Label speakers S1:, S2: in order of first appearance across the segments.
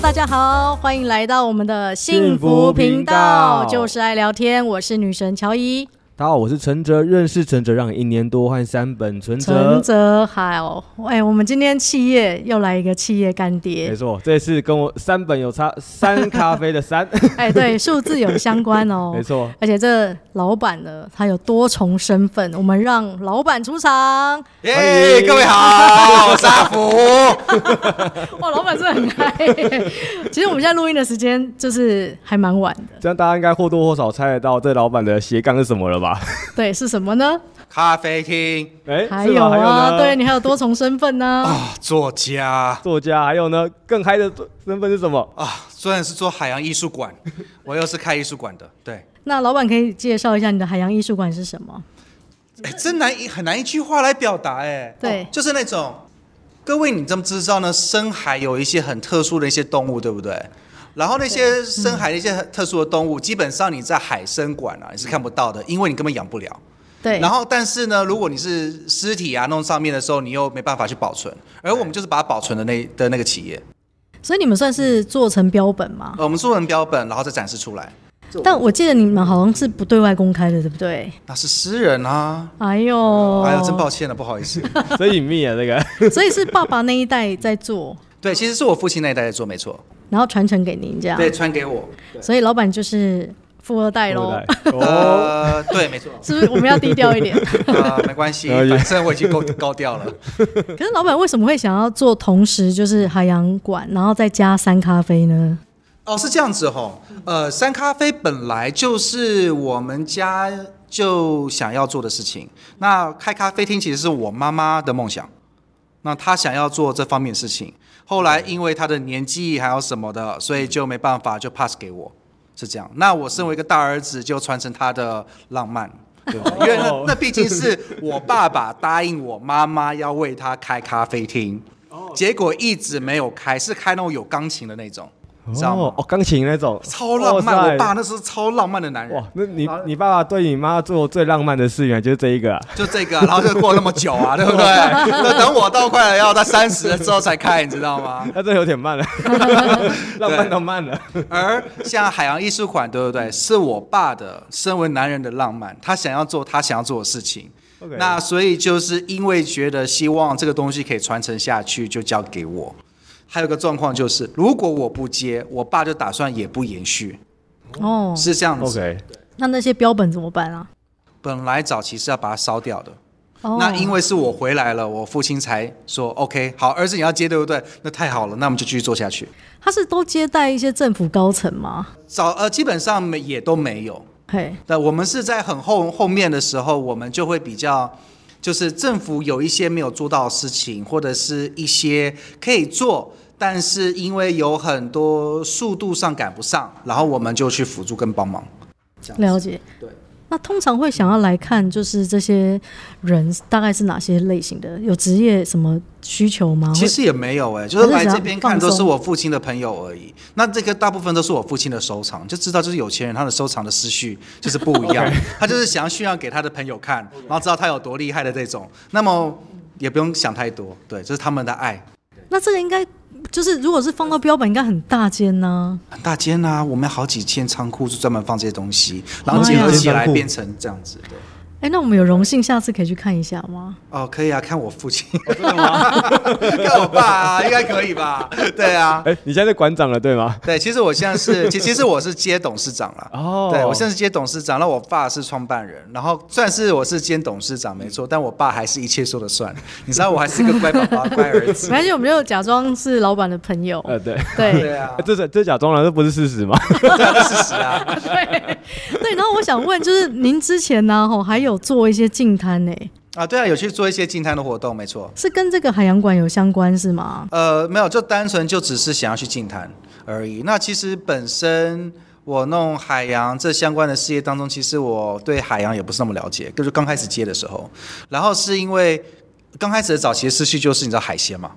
S1: 大家好，欢迎来到我们的
S2: 幸福频道
S1: 就是爱聊天，我是女神乔伊。
S2: 大家好，我是陈哲，认识陈哲让你一年多和三本存
S1: 陈
S2: 折。
S1: 泽海哦，哎，我们今天企业又来一个企业干
S2: 没
S1: 爹，
S2: 错，这次跟我三本有 差，三咖啡的三，
S1: 哎，对，数字有相关哦
S2: 没。错，
S1: 而且这老板呢，他有多重身份，我们让老板 出场。
S2: 欢
S3: 耶
S2: 迎
S3: 哎各位好，我是阿福。
S1: 哇，老板真的很嗨 耶。其实我们现在录音的时间就是还蛮晚的，
S2: 这样大家应该或多或少猜得到这老板的斜杠是什么了吧？
S1: 对，是什么呢？
S3: 咖啡厅
S2: 哎、
S1: 还
S2: 是
S1: 有
S2: 吗还有
S1: 啊，
S2: 呢，
S1: 对你还有多重身份呢？
S3: 啊，作家
S2: 作家，还有呢，更嗨的身份是 什么？
S3: 啊，虽然是做海洋艺术馆，我又是开艺术馆的，对，
S1: 那老板可以介绍一下你的海洋艺术馆是什么？
S3: 哎，真难一很难一句话来表达，哎，
S1: 对
S3: 哦就是那种，各位你知不知道呢？深海有一些很特殊的一些动物，对不对？然后那些深海的一些很特殊的动物，基本上你在海参馆啊你是看不到的，因为你根本养不了。
S1: 对，
S3: 然后，但是呢，如果你是尸体啊弄上面的时候，你又没办法去保存，而我们就是把它保存的那的那个企业，
S1: 所以你们算是做成标本吗？
S3: 呃我们做成标本，然后再展示出来。
S1: 但我记得你们好像是不对外公开的，对不对？
S3: 那是私人啊，
S1: 哎呦，
S3: 哎呀，真抱歉了，不好意思。
S2: 真隐秘啊，这个。
S1: 所以是爸爸那一代在做，
S3: 对，其实是我父亲那一代在做，没错。
S1: 然后传承给您这样。
S3: 对，传给我。
S1: 所以老板就是富二代喽，
S2: 对哦，
S3: 呃，对，没错。
S1: 是不是？我们要低调 一点。
S3: 呃，没关系，
S2: 了解
S3: 反正我已经够高调了。
S1: 可是老板为什么会想要做同时就是海洋馆，然后再加三咖啡呢？
S3: 哦，是这样子吼。呃，三咖啡本来就是我们家就想要做的事情。那开咖啡厅其实是我妈妈的梦想，那她想要做这方面的事情。后来因为她的年纪还有什么的，所以就没办法就 pass 给我，是这样。那我身为一个大儿子，就传承她的浪漫。对不对因为那那毕竟是我爸爸答应我妈妈要为他开咖啡厅，结果一直没有开，是开那种有钢琴的那种，知道吗？
S2: 哦，钢琴那种，
S3: 超浪漫，
S2: 哇塞
S3: 我爸那时候超浪漫的男人
S2: 哇，，那你你爸爸对你妈做最浪漫的事情，就是这一个、啊。
S3: 就这个啊，然后就过那么久啊，对不对？那等我到快要到三十了之后才开，你知道吗？
S2: 那这有点慢 了， 浪漫到慢了。
S3: 而像海洋艺术馆，对不对？是我爸的身为男人的浪漫，他想要做他想要做的事情。
S2: OK
S3: 那所以就是因为觉得希望这个东西可以传承下去，就交给我。还有个状况就是，如果我不接，我爸就打算也不延续，
S1: 哦，
S3: 是这样子。
S2: OK，
S1: 那那些标本怎么办啊？
S3: 本来早期是要把它烧掉的，
S1: 哦，
S3: 那因为是我回来了，我父亲才说 OK，好，儿子你要接对不对？那太好了，那我们就继续做下去。
S1: 他是都接待一些政府高层吗？
S3: 早呃，基本上没也都没有。
S1: 嘿，
S3: 那我们是在很后后面的时候，我们就会比较，就是政府有一些没有做到的事情，或者是一些可以做，但是因为有很多速度上赶不上，然后我们就去辅助跟帮忙。
S1: 了解。
S3: 对。
S1: 那通常会想要来看，就是这些人大概是哪些类型的？有职业什么需求吗？
S3: 其
S1: 会
S3: 实也没有哎、就是来这边看
S1: 还是只要放松
S3: 都是我父亲的朋友而已。那这个大部分都是我父亲的收藏，就知道就是有钱人他的收藏的思绪就是不一样， 他就是想要炫耀给他的朋友看，然后知道他有多厉害的这种。那么也不用想太多，对，这、是他们的爱。
S1: 那这个应该就是，如果是放到标本，应该很大间呢、
S3: 很大间啊，我们好几间仓库是专门放这些东西，然后结合起来变成这样子。对，
S1: 哎、那我们有荣幸下次可以去看一下吗？
S3: 哦，可以啊，看我父亲，
S1: 哦
S3: 看我爸、啊，应该可以吧？对啊。
S2: 哎、你现在是馆长了对 吗？
S3: 对，其实我现在 是，其其实我是接董事长了。
S2: 哦
S3: 对我现在是接董事长，那我爸是创办人，然后算是我是兼董事长没错，但我爸还是一切说了算。你知道我还是个乖爸爸、乖儿
S1: 没
S3: 子。
S1: 关系，我们就假装是老板的朋友。
S2: 呃， 对，
S1: 对
S3: 对啊，
S2: 这是这假装了，这不是事 实吗？
S3: 这样的事实啊。
S1: 对，然后我想问，就是您之前呢、吼还有做一些净滩呢，
S3: 啊，对啊，有去做一些净滩的活动，没错。
S1: 是跟这个海洋馆有相关是吗？
S3: 呃，没有，就单纯就只是想要去净滩而已。那其实本身我弄海洋这相关的事业当中，其实我对海洋也不是那么了解，就是刚开始接的时候，然后是因为刚开始的早期的思绪就是你知道海鲜嘛。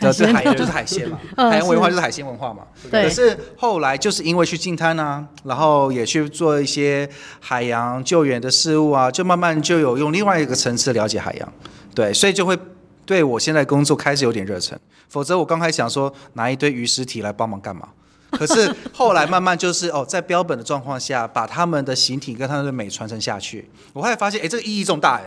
S1: 海
S3: 呃对，
S1: 鲜
S3: 海洋就是海鲜嘛，
S1: 嗯
S3: 海洋文化
S1: 是
S3: 就是海鲜文化嘛。
S1: 对
S3: 可是后来就是因为去净滩啊，然后也去做一些海洋救援的事物啊，就慢慢就有用另外一个层次了解海洋。对，所以就会对我现在工作开始有点热忱，否则我刚开始想说拿一堆鱼尸体来帮忙干嘛？可是后来慢慢就是哦，在标本的状况下，把他们的形体跟他们的美传承下去。我后来发现，哎，这个意义重大哎。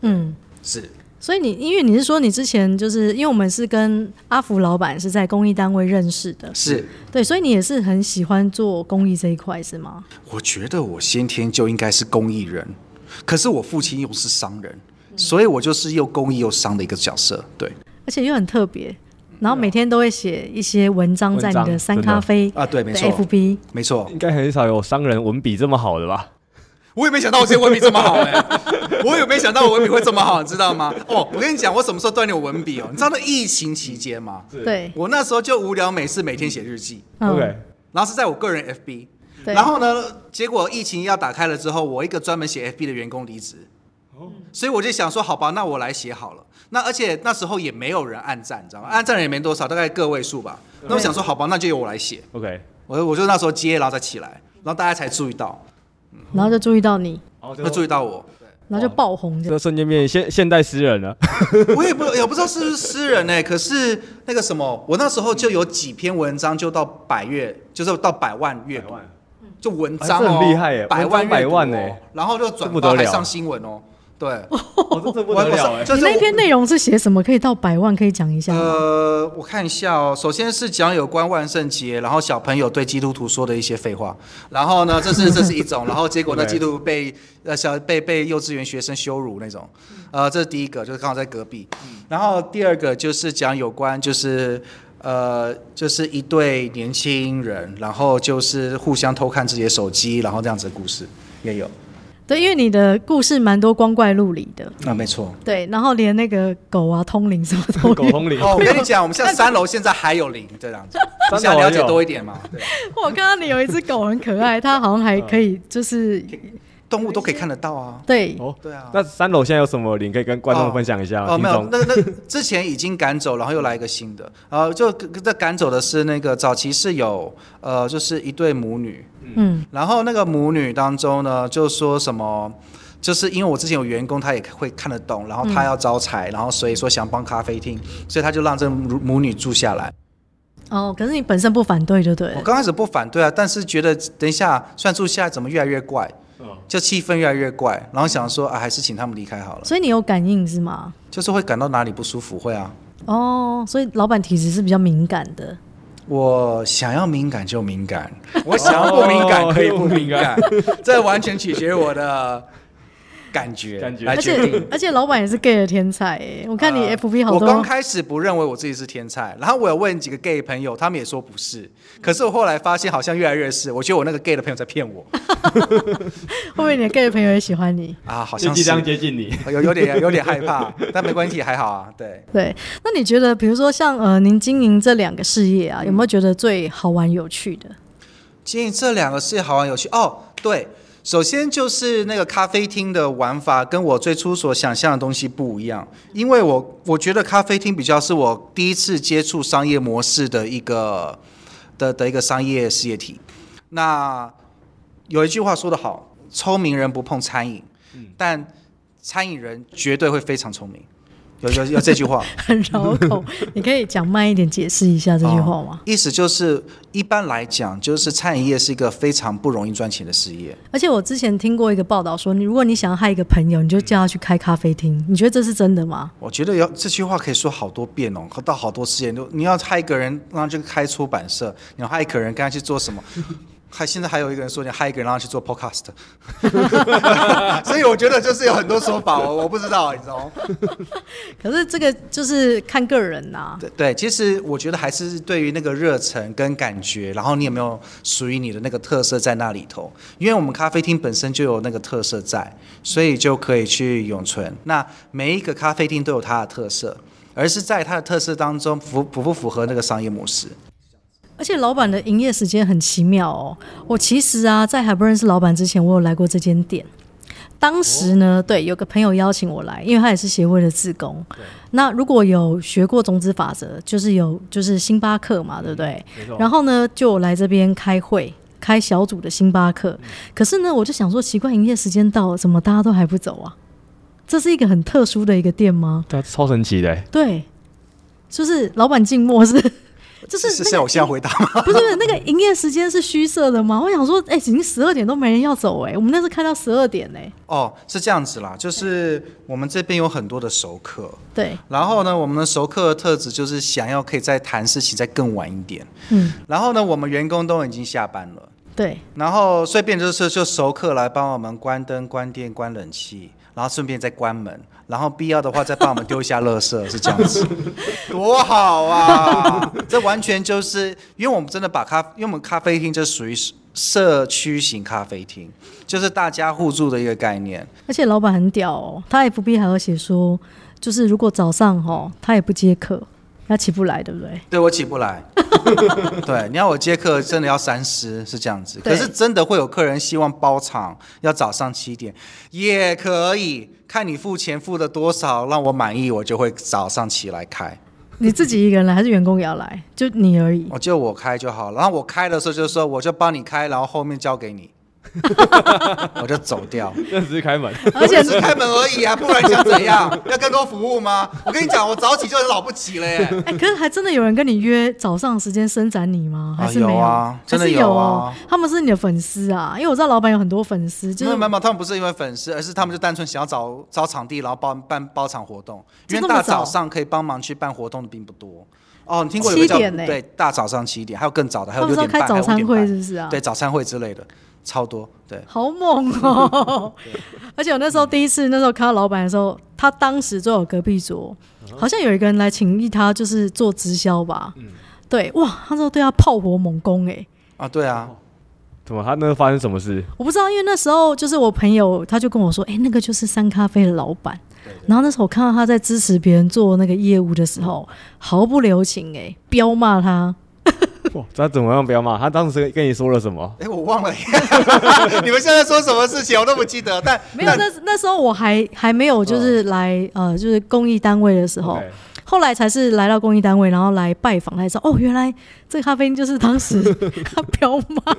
S1: 嗯，
S3: 是，
S1: 所以你因为你是说你之前就是因为我们是跟阿福老板是在公益单位认识的，
S3: 是，
S1: 对，所以你也是很喜欢做公益这一块是吗？
S3: 我觉得我先天就应该是公益人，可是我父亲又是商人，所以我就是又公益又商的一个角色。对
S1: 而且又很特别，然后每天都会写一些文章在你
S2: 文
S1: 的
S2: 章
S1: 三咖啡
S3: 啊，对，
S1: 的
S3: 没错，
S1: FB，
S3: 没错，
S2: 应该很少有商人文笔这么好的吧？
S3: 我也没想到我这些文笔这么好哎、我也没想到我文笔会这么好，你知道吗？哦，我跟你讲，我什么时候锻炼我文笔哦？你知道那疫情期间吗？
S1: 对，
S3: 我那时候就无聊，每次每天写日记，
S1: 嗯
S2: OK，
S3: 然后是在我个人 FB，
S1: 对
S3: 然后呢，结果疫情要打开了之后，我一个专门写 FB 的员工离职，所以我就想说，好吧，那我来写好了。那而且那时候也没有人按赞，你知道吗？按赞人也没多少，大概个位数吧。那我想说，好吧，那就由我来写。
S2: OK，
S3: 我我就那时候接，然后再起来，然后大家才注意到，
S1: 然后就注意到你，
S3: 要注意到我。
S1: 然后就爆红这样。
S2: 这瞬间变现现代诗 人了。
S3: 我也不也不知道是不是诗人呢、可是那个什么，我那时候就有几篇文章就到百月，就是到百万阅读，就文章、
S2: 哎
S3: 哦
S2: 这很厉害耶
S3: 百
S2: 文
S3: 万
S2: 章百万
S3: 阅读哦
S2: 耶
S3: 然后就转
S2: 这不
S3: 发
S2: 得
S3: 还
S2: 了
S3: 上新闻哦，对，
S2: 哦，这这不得了哎！
S3: 这
S1: 你
S3: 是我
S1: 那篇内容是写什么？可以到百万，可以讲一下吗？
S3: 呃，我看一下哦。首先是讲有关万圣节，然后小朋友对基督徒说的一些废话。然后呢，这是这是 一种，然后结果呢，
S2: 对
S3: 基督徒被呃小被被幼稚园学生羞辱那种。呃，这是第一个，就是刚好在隔壁。然后第二个就是讲有关就是。呃，就是一对年轻人，然后就是互相偷看自己的手机，然后这样子的故事也有。
S1: 对，因为你的故事蛮多光怪陆离的，
S3: 啊，没错。
S1: 对，然后连那个狗啊、通灵什么 都
S2: 狗
S1: 有。
S2: 通灵，
S3: 哦，我跟你讲，我们现在三楼现在还有零这样子，你
S2: 三
S3: 想
S2: 楼
S3: 了
S2: 还
S3: 解
S2: 有
S3: 多一点嘛？对，
S1: 我看到你有一只狗很可爱，它好像还可以，就是
S3: 哦动物都可以看得到啊。
S1: 对，
S2: 哦，
S3: 对啊。
S2: 那三楼现在有什么灵可以跟观众分享一下？
S3: 哦，
S2: 听
S3: 没有
S2: 众，
S3: 那个那个之前已经赶走，然后又来一个新的，然后就这赶走的是那个早期是有呃，就是一对母女，
S1: 嗯，
S3: 然后那个母女当中呢，就说什么。就是因为我之前有员工，他也会看得懂，然后他要招财，然后所以说想帮咖啡厅，所以他就让这母母女住下来。
S1: 哦，可是你本身不反对，就对
S3: 我
S1: 了。
S3: 刚开始不反对啊，但是觉得等一下算住下来怎么越来越怪，就气氛越来越怪，然后想说啊，还是请他们离开好了。
S1: 所以你有感应是吗？
S3: 就是会感到哪里不舒服，会啊。
S1: 哦，所以老板体质是比较敏感的。
S3: 我想要敏感就敏感，我想要不敏感可以哦不敏感， 这完全取决于我的感觉
S2: 感觉
S3: 来
S1: 而
S3: 决
S1: 且
S3: 定。
S1: 而且老板也是 gay 的天才哎，我看你
S3: 呃
S1: FB 好
S3: 我
S1: 多，
S3: 刚开始不认为我自己是天才，然后我有问几个 gay 朋友，他们也说不是。可是我后来发现好像越来越是，我觉得我那个 gay 的朋友在骗我
S1: 会不会你的 gay 的朋友也喜欢你？
S3: 啊，好
S2: 就
S3: 像
S2: 即
S3: 是
S2: 将接近 你。
S3: 有有点有点害怕，但没关系，还好啊。对，
S1: 对，那你觉得比如说像呃，您经营这两个事业
S3: 嗯
S1: 啊，有没有觉得最好玩有趣的？
S3: 经营这两个是好玩有趣哦。对，首先就是那个咖啡厅的玩法跟我最初所想象的东西不一样，因为我我觉得咖啡厅比较是我第一次接触商业模式的一个的的一个商业事业体。那有一句话说得好，聪明人不碰餐饮，但餐饮人绝对会非常聪明。有有有这句话，
S1: 很绕 口，你可以讲慢一点解释一下这句话吗？
S3: 意思就是一般来讲，就是餐饮业是一个非常不容易赚钱的事业。
S1: 而且我之前听过一个报道说，你如果你想要害一个朋友，你就叫他去开咖啡厅，你觉得这是真的吗？
S3: 我觉得要这句话可以说好多遍哦，到好多事件都，你要害一个人让他去开出版社，你要害一个人跟他去做什么？还现在还有一个人说你害一个人让他去做 podcast，所以我觉得就是有很多说法，哦我我不知道，你知道吗？
S1: 可是这个就是看个人啊呐、
S3: 对对，其实我觉得还是对于那个热忱跟感觉，然后你有没有属于你的那个特色在那里头？因为我们咖啡厅本身就有那个特色在，所以就可以去永存。那每一个咖啡厅都有它的特色，而是在它的特色当中符符不符合那个商业模式？
S1: 而且老板的营业时间很奇妙哦。我其实啊，在还不认识老板之前，我有来过这间店。当时
S2: 哦
S1: 呢，对，有个朋友邀请我来，因为他也是协会的志工。那如果有学过种子法则，就是有就是星巴克嘛，对不对？
S2: 没错
S1: 然后呢，就我来这边开会，开小
S2: 嗯
S1: 组的星巴克。可是呢，我就想说，奇怪，营业时间到了，怎么大家都还不走啊？这是一个很特殊的一个店吗？
S4: 对啊，超神奇 的欸，
S1: 对，就是老板静默是， 就是
S3: 是
S1: 那
S3: 是
S1: 个
S3: 我现在回答吗？
S1: 不是不是那个营业时间是虚设的吗？我想说，哎、已经十二点都没人要走哎、我们那次开到十二点哎、
S3: 哦，是这样子啦，就是我们这边有很多的熟客，
S1: 对，
S3: 然后呢，我们的熟客的特质就是想要可以再谈事情再更晚一点，
S1: 嗯，
S3: 然后呢，我们员工都已经下班了。
S1: 对，
S3: 然后顺便就是就熟客来帮我们关灯、关电、关冷气，然后顺便再关门，然后必要的话再帮我们丢一下垃圾，是这样子，多好啊！这完全就是因为我们真的把咖，因为我们咖啡厅就属于社区型咖啡厅，就是大家互助的一个概念。
S1: 而且老板很屌哦，他 FB 还要写说，就是如果早上哦他也不接客，他起不来，对不对？
S3: 对我起不来，对，你要我接客真的要三思，是这样子。
S1: 对
S3: 可是真的会有客人希望包场，要早上七点也可以，看你付钱付的多少，让我满意，我就会早上起来开。
S1: 你自己一个人来还是员工也要来？就你而已。
S3: 我就我开就好了，然后我开的时候就说我就帮你开，然后后面交给你，我就走掉。
S4: 那只是开 门，
S1: 而且
S3: 我只是开门而已啊，不然想怎样？要更多服务吗？我跟你讲，我早起就很老不起了耶。
S1: 哎、可是还真的有人跟你约早上时间伸展你吗？
S3: 啊
S1: 还是没
S3: 有啊
S1: 还
S3: 真的
S1: 是
S3: 有
S1: 哦
S3: 啊。
S1: 他们是你的粉丝啊，因为我知道老板有很多粉丝，就
S3: 没有
S1: 是
S3: 没有，他们不是因为粉丝，而是他们就单纯想要找找场地，然后包办包场活动。
S1: 就
S3: 因
S1: 这么
S3: 为大早上可以帮忙去办活动的并不多。哦，你听过有
S1: 七
S3: 个叫
S1: 点呢
S3: 对大早上七点，还有更早的，还
S1: 他
S3: 有
S1: 们
S3: 六
S1: 是要
S3: 点
S1: 开
S3: 半，还
S1: 早
S3: 有五
S1: 餐
S3: 点
S1: 会
S3: 半，
S1: 是不是啊？
S3: 对早餐会之类的，超多。对，
S1: 好猛哦！而且我那时候第一次，那时候看到老板的时候，他当时坐我隔壁桌，好像有一个人来请益他，就是做直销吧。对，哇，他那时候对他炮火猛攻哎、
S3: 啊对 啊，
S4: 怎么他那发生什么事？
S1: 我不知道，因为那时候就是我朋友，他就跟我说，哎、那个就是三咖啡的老板。然后那时候我看到他在支持别人做那个业务的时候，毫不留情哎、彪骂他。
S4: 哇，他怎么样？不要骂他当时跟你说了什么？
S3: 哎我忘了耶，你们现在说什么事情我都不记得，但
S1: 没有，那那时候我还还没有就是来、呃就是公益单位的时候
S4: OK
S1: 后来才是来到公益单位，然后来拜访，才知道哦，原来这个咖啡因就是当 时他彪骂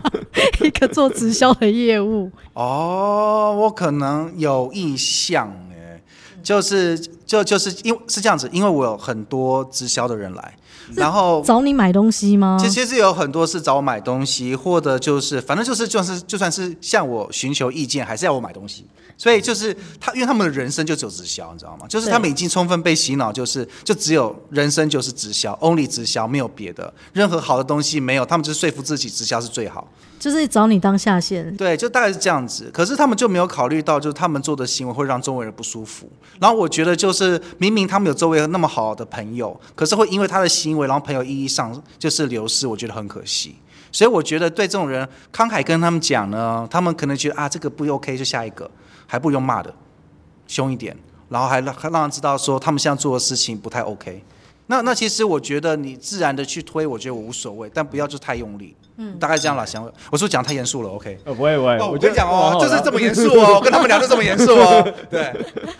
S1: 一个做直销的业务。
S3: 哦，我可能有印象哎，就是就就是因为是这样子，因为我有很多直销的人来，然
S4: 哦
S3: 后
S1: 找你买东西吗？
S3: 其其实有很多是找我买东西，或者就是反正就是就是就算是向我寻求意见，还是要我买东西。所以就是他，因为他们的人生就只有直销，你知道吗？就是他们已经充分被洗脑，就是就只有人生就是直销，only 直销，没有别的，任何好的东西没有。他们就说服自己直销是最好。
S1: 就是找你当下线。
S3: 对，就大概是这样子。可是他们就没有考虑到，就是他们做的行为会让周围人不舒服。然后我觉得，就是明明他们有周围那么好的朋友，可是会因为他的行为，然后朋友意义上就是流失，我觉得很可惜。所以我觉得对这种人，慷慨跟他们讲呢，他们可能觉得啊，这个不 OK 就下一个，还不如用骂的，凶一点，然后还让还让人知道说他们现在做的事情不太 OK。那那其实我觉得你自然的去推，我觉得我无所谓，但不要就太用力。嗯，大概这样啦，想我说讲太严肃了，OK。
S4: 呃，不会不会，
S3: 哦，我
S4: 觉得
S3: 跟你讲
S4: 蛮
S3: 哦
S4: 好，的
S3: 就
S4: 啊
S3: 是这么严肃 哦，跟他们聊就这么严肃哦。对，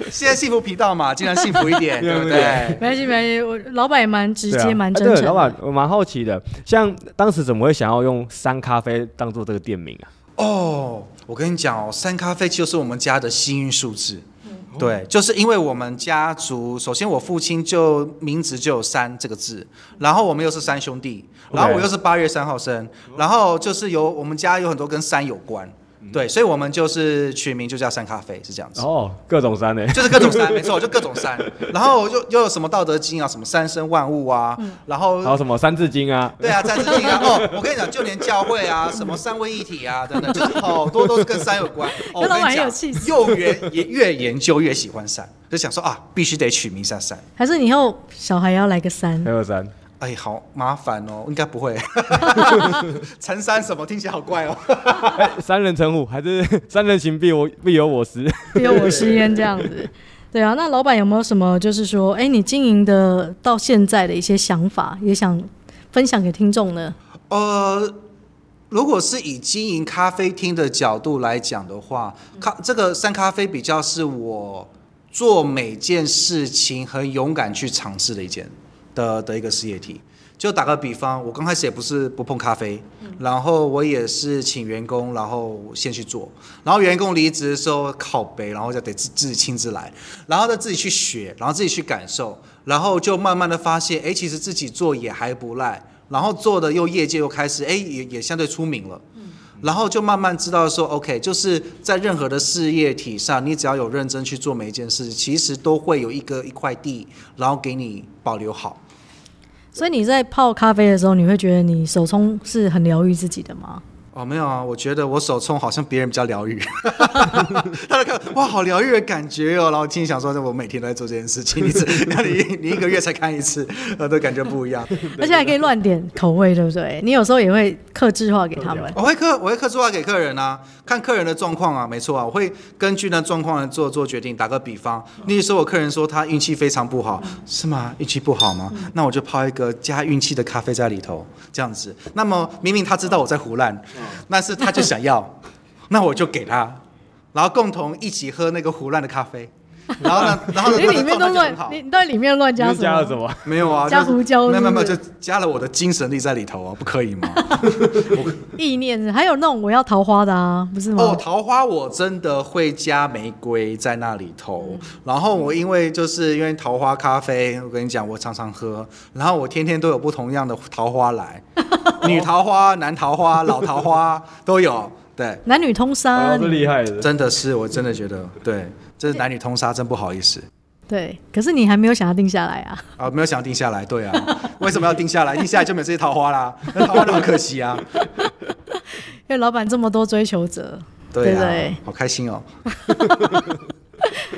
S3: 现在幸福频道嘛，尽量幸福一点，对不对？
S1: 没关系，没关系，我老板也蛮直
S4: 对啊
S1: 接，蛮
S4: 哎
S1: 真
S4: 对
S1: 诚的。
S4: 老板，我蛮好奇的，像当时怎么会想要用三咖啡当做这个店名啊？
S3: 哦，我跟你讲哦，三咖啡就是我们家的幸运数字。
S4: 嗯
S3: 对，就是因为我们家族，首先我父亲就名字就有“三”这个字，然后我们又是三兄弟，然后我
S4: OK
S3: 又是八月三号生，然后就是有我们家有很多跟山有关，
S4: 嗯
S3: 对，所以我们就是取名就叫三咖啡，是这样子。
S4: 哦，各种三呢、
S3: 就是各种山，没错，就各种山。然后又又有什么《道德经》啊，什么三生万物啊，
S1: 嗯
S3: 然后
S4: 还有什么三字经啊？
S3: 对啊，三字经啊，哦，我跟你讲，就连教会啊，什么三位一体啊，等等，就是好多都是跟山有关。哦、我
S1: 那老板
S3: 跟
S1: 很
S3: 你
S1: 有
S3: 讲
S1: 气，质
S3: 又越也越研究越喜欢山，就想说啊，必须得取名下山。
S1: 还是你以后小孩要来个三
S4: 还？有三，
S3: 哎，好麻烦哦，应该 不会。 陈山什么听起来好怪哦。
S4: 哎、三人成虎还是 三人行必我必有我师？
S1: 不由我师焉这样子。对啊，那老板有没有什么就是说，哎、你经营的到现在的一些想法，也想分享给听众呢？
S3: 呃，如果是以经营咖啡厅的角度来讲的话，咖这个三咖啡比较是我做每件事情很勇敢去尝试的一件的的一个事业体。就打个比方，我刚开始也不是不碰咖啡，然后我也是请员工，然后先去做，然后员工离职的时候靠背，然后就得自自己亲自来，然后再自己去学，然后自己去感受，然后就慢慢的发现，哎，其实自己做也还不赖，然后做的又业界又开始，哎，也也相对出名了。然后就慢慢知道说，OK，就是在任何的事业体上，你只要有认真去做每一件事，其实都会有一个一块地，然后给你保留好。
S1: 所以你在泡咖啡的时候，你会觉得你手冲是很疗愈自己的吗？
S3: 哦，没有啊，我觉得我手冲好像别人比较疗愈， 大家看哇，好疗愈的感觉哦。然后心里想说，我每天都在做这件事情，你只那你你一个月才看一次，呃，都感觉不一样。
S1: 而且还可以乱点口味，对不对？你有时候也会克制化给他们。
S3: 我会客，我会客制化给客人啊，看客人的状况啊，没错啊，我会根据那状况来做做决定。打个比方，
S1: 嗯
S3: 例如说我客人说他运气非常不好，是吗？运气不好吗？
S1: 嗯
S3: 那我就泡一个加运气的咖啡在里头，这样子。那么明明他知道我在胡乱，
S1: 嗯
S3: 但是他就 想要，那我就给他，然后共同一起喝那个胡乱的 咖啡。然后呢，然后呢，
S1: 你里面都
S3: 那个状态就
S1: 乱
S3: 很好，
S1: 你你到底里面乱
S4: 你
S1: 加
S4: 们
S1: 什
S4: 加了什
S1: 么？
S4: 么？哦
S3: 没有啊，
S1: 加
S3: 就是
S1: 胡椒
S3: 没有没有没有，
S1: 是
S3: 就加了我的精神力在里头啊，不可以吗？
S1: 意念，还有那种我要桃花的啊，不是吗？
S3: 哦，桃花我真的会加玫瑰在那里
S1: 嗯
S3: 头，然后我因为就是因为桃花咖啡，我跟你讲，我常常喝，然后我天天都有不同样的桃花 来，女桃花、男桃花、老桃花都有，对，
S1: 男女通杀、
S4: 哦，这
S1: 啊你
S4: 厉害的。
S3: 真的是我真的觉得，对，这是男女通杀，真不好意思
S1: 对，可是你还没有想要定下来啊。
S3: 啊，没有想要定下来，对啊，为什么要定下来？定下来就没有这些桃花啦，那桃花都很可惜啊，
S1: 因为老板这么多追求者，
S3: 对
S1: 对
S3: 啊，
S1: 对
S3: 好开心哦，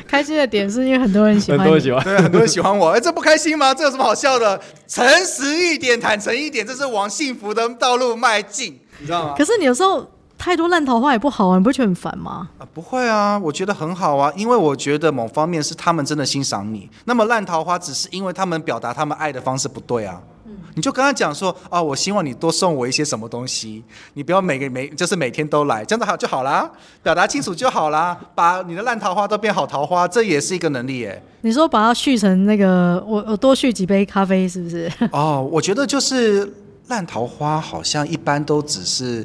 S1: 开心的点是因为很多人喜
S4: 很
S1: 欢你。
S4: 多人喜欢，
S3: 对，很多人喜欢我，哎，这不开心吗？这有什么好笑的？诚实一点，坦诚一点，这是往幸福的道路迈进，你知道吗？
S1: 可是你有时候太多烂桃花也不好啊，你不会觉得很烦吗？
S3: 啊，不会啊，我觉得很好啊，因为我觉得某方面是他们真的欣赏你。那么烂桃花只是因为他们表达他们爱的方式不对啊。你就跟他讲说啊，我希望你多送我一些什么东西，你不要每个每就是每天都来，这样子好就好啦，表达清楚就好啦，把你的烂桃花都变好桃花，这也是一个能力耶、
S1: 你说把它续成那个，我我多续几杯咖啡是不是？
S3: 哦，我觉得就是烂桃花，好像一般都只是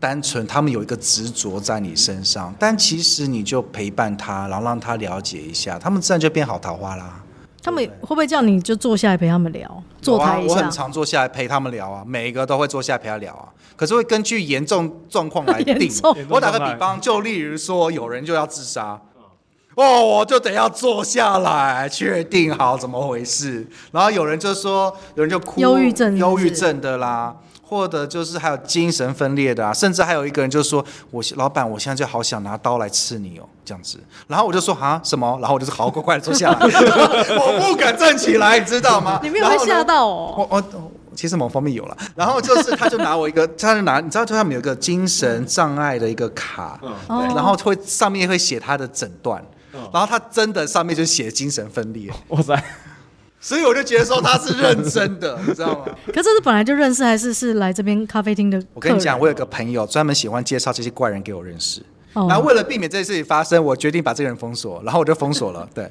S3: 单纯他们有一个执着在你身上，但其实你就陪伴他，然后让他了解一下，他们自然就变好桃花啦。
S1: 他们会不会叫你就坐下来陪他们聊，坐
S3: 有啊
S1: 台一
S3: 我
S1: 下
S3: 很？常坐下来陪他们聊啊，每一个都会坐下来陪他聊啊。可是会根据严重状 况来
S1: 严
S3: 定
S1: 重。
S3: 我打个比方，就例如说有人就要自杀。哦，我就得要坐下来，确定好怎么回事。然后有人就说，有人就哭，
S1: 忧郁症是不是
S3: 忧郁症的啦，或者就是还有精神分裂的啊，甚至还有一个人就说，我老板，我现在就好想拿刀来刺你哦，这样子。然后我就说啊什么？然后我就是好乖乖的 坐下来，我不敢站起来，你知道吗？
S1: 你没有被
S3: 然后呢
S1: 吓到哦？
S3: 我我我其实某方面有了，然后就是他就拿我一个， 他就拿你知道，就上面有一个精神障碍的一个卡，
S1: 哦嗯
S3: 然后会上面会写他的诊断，然后他真的上面就写精神分
S1: 哦
S3: 裂，
S4: 哇塞，
S3: 所以我就觉得说他是认真 的，你知道吗？
S1: 可是这是本来就认识，还是是来这边咖啡厅的客人？
S3: 我跟你讲，我有个朋友专门喜欢介绍这些怪人给我认识，
S1: 哦
S3: 然后为了避免这件事情发生，我决定把这个人封锁，然后我就 封锁了，对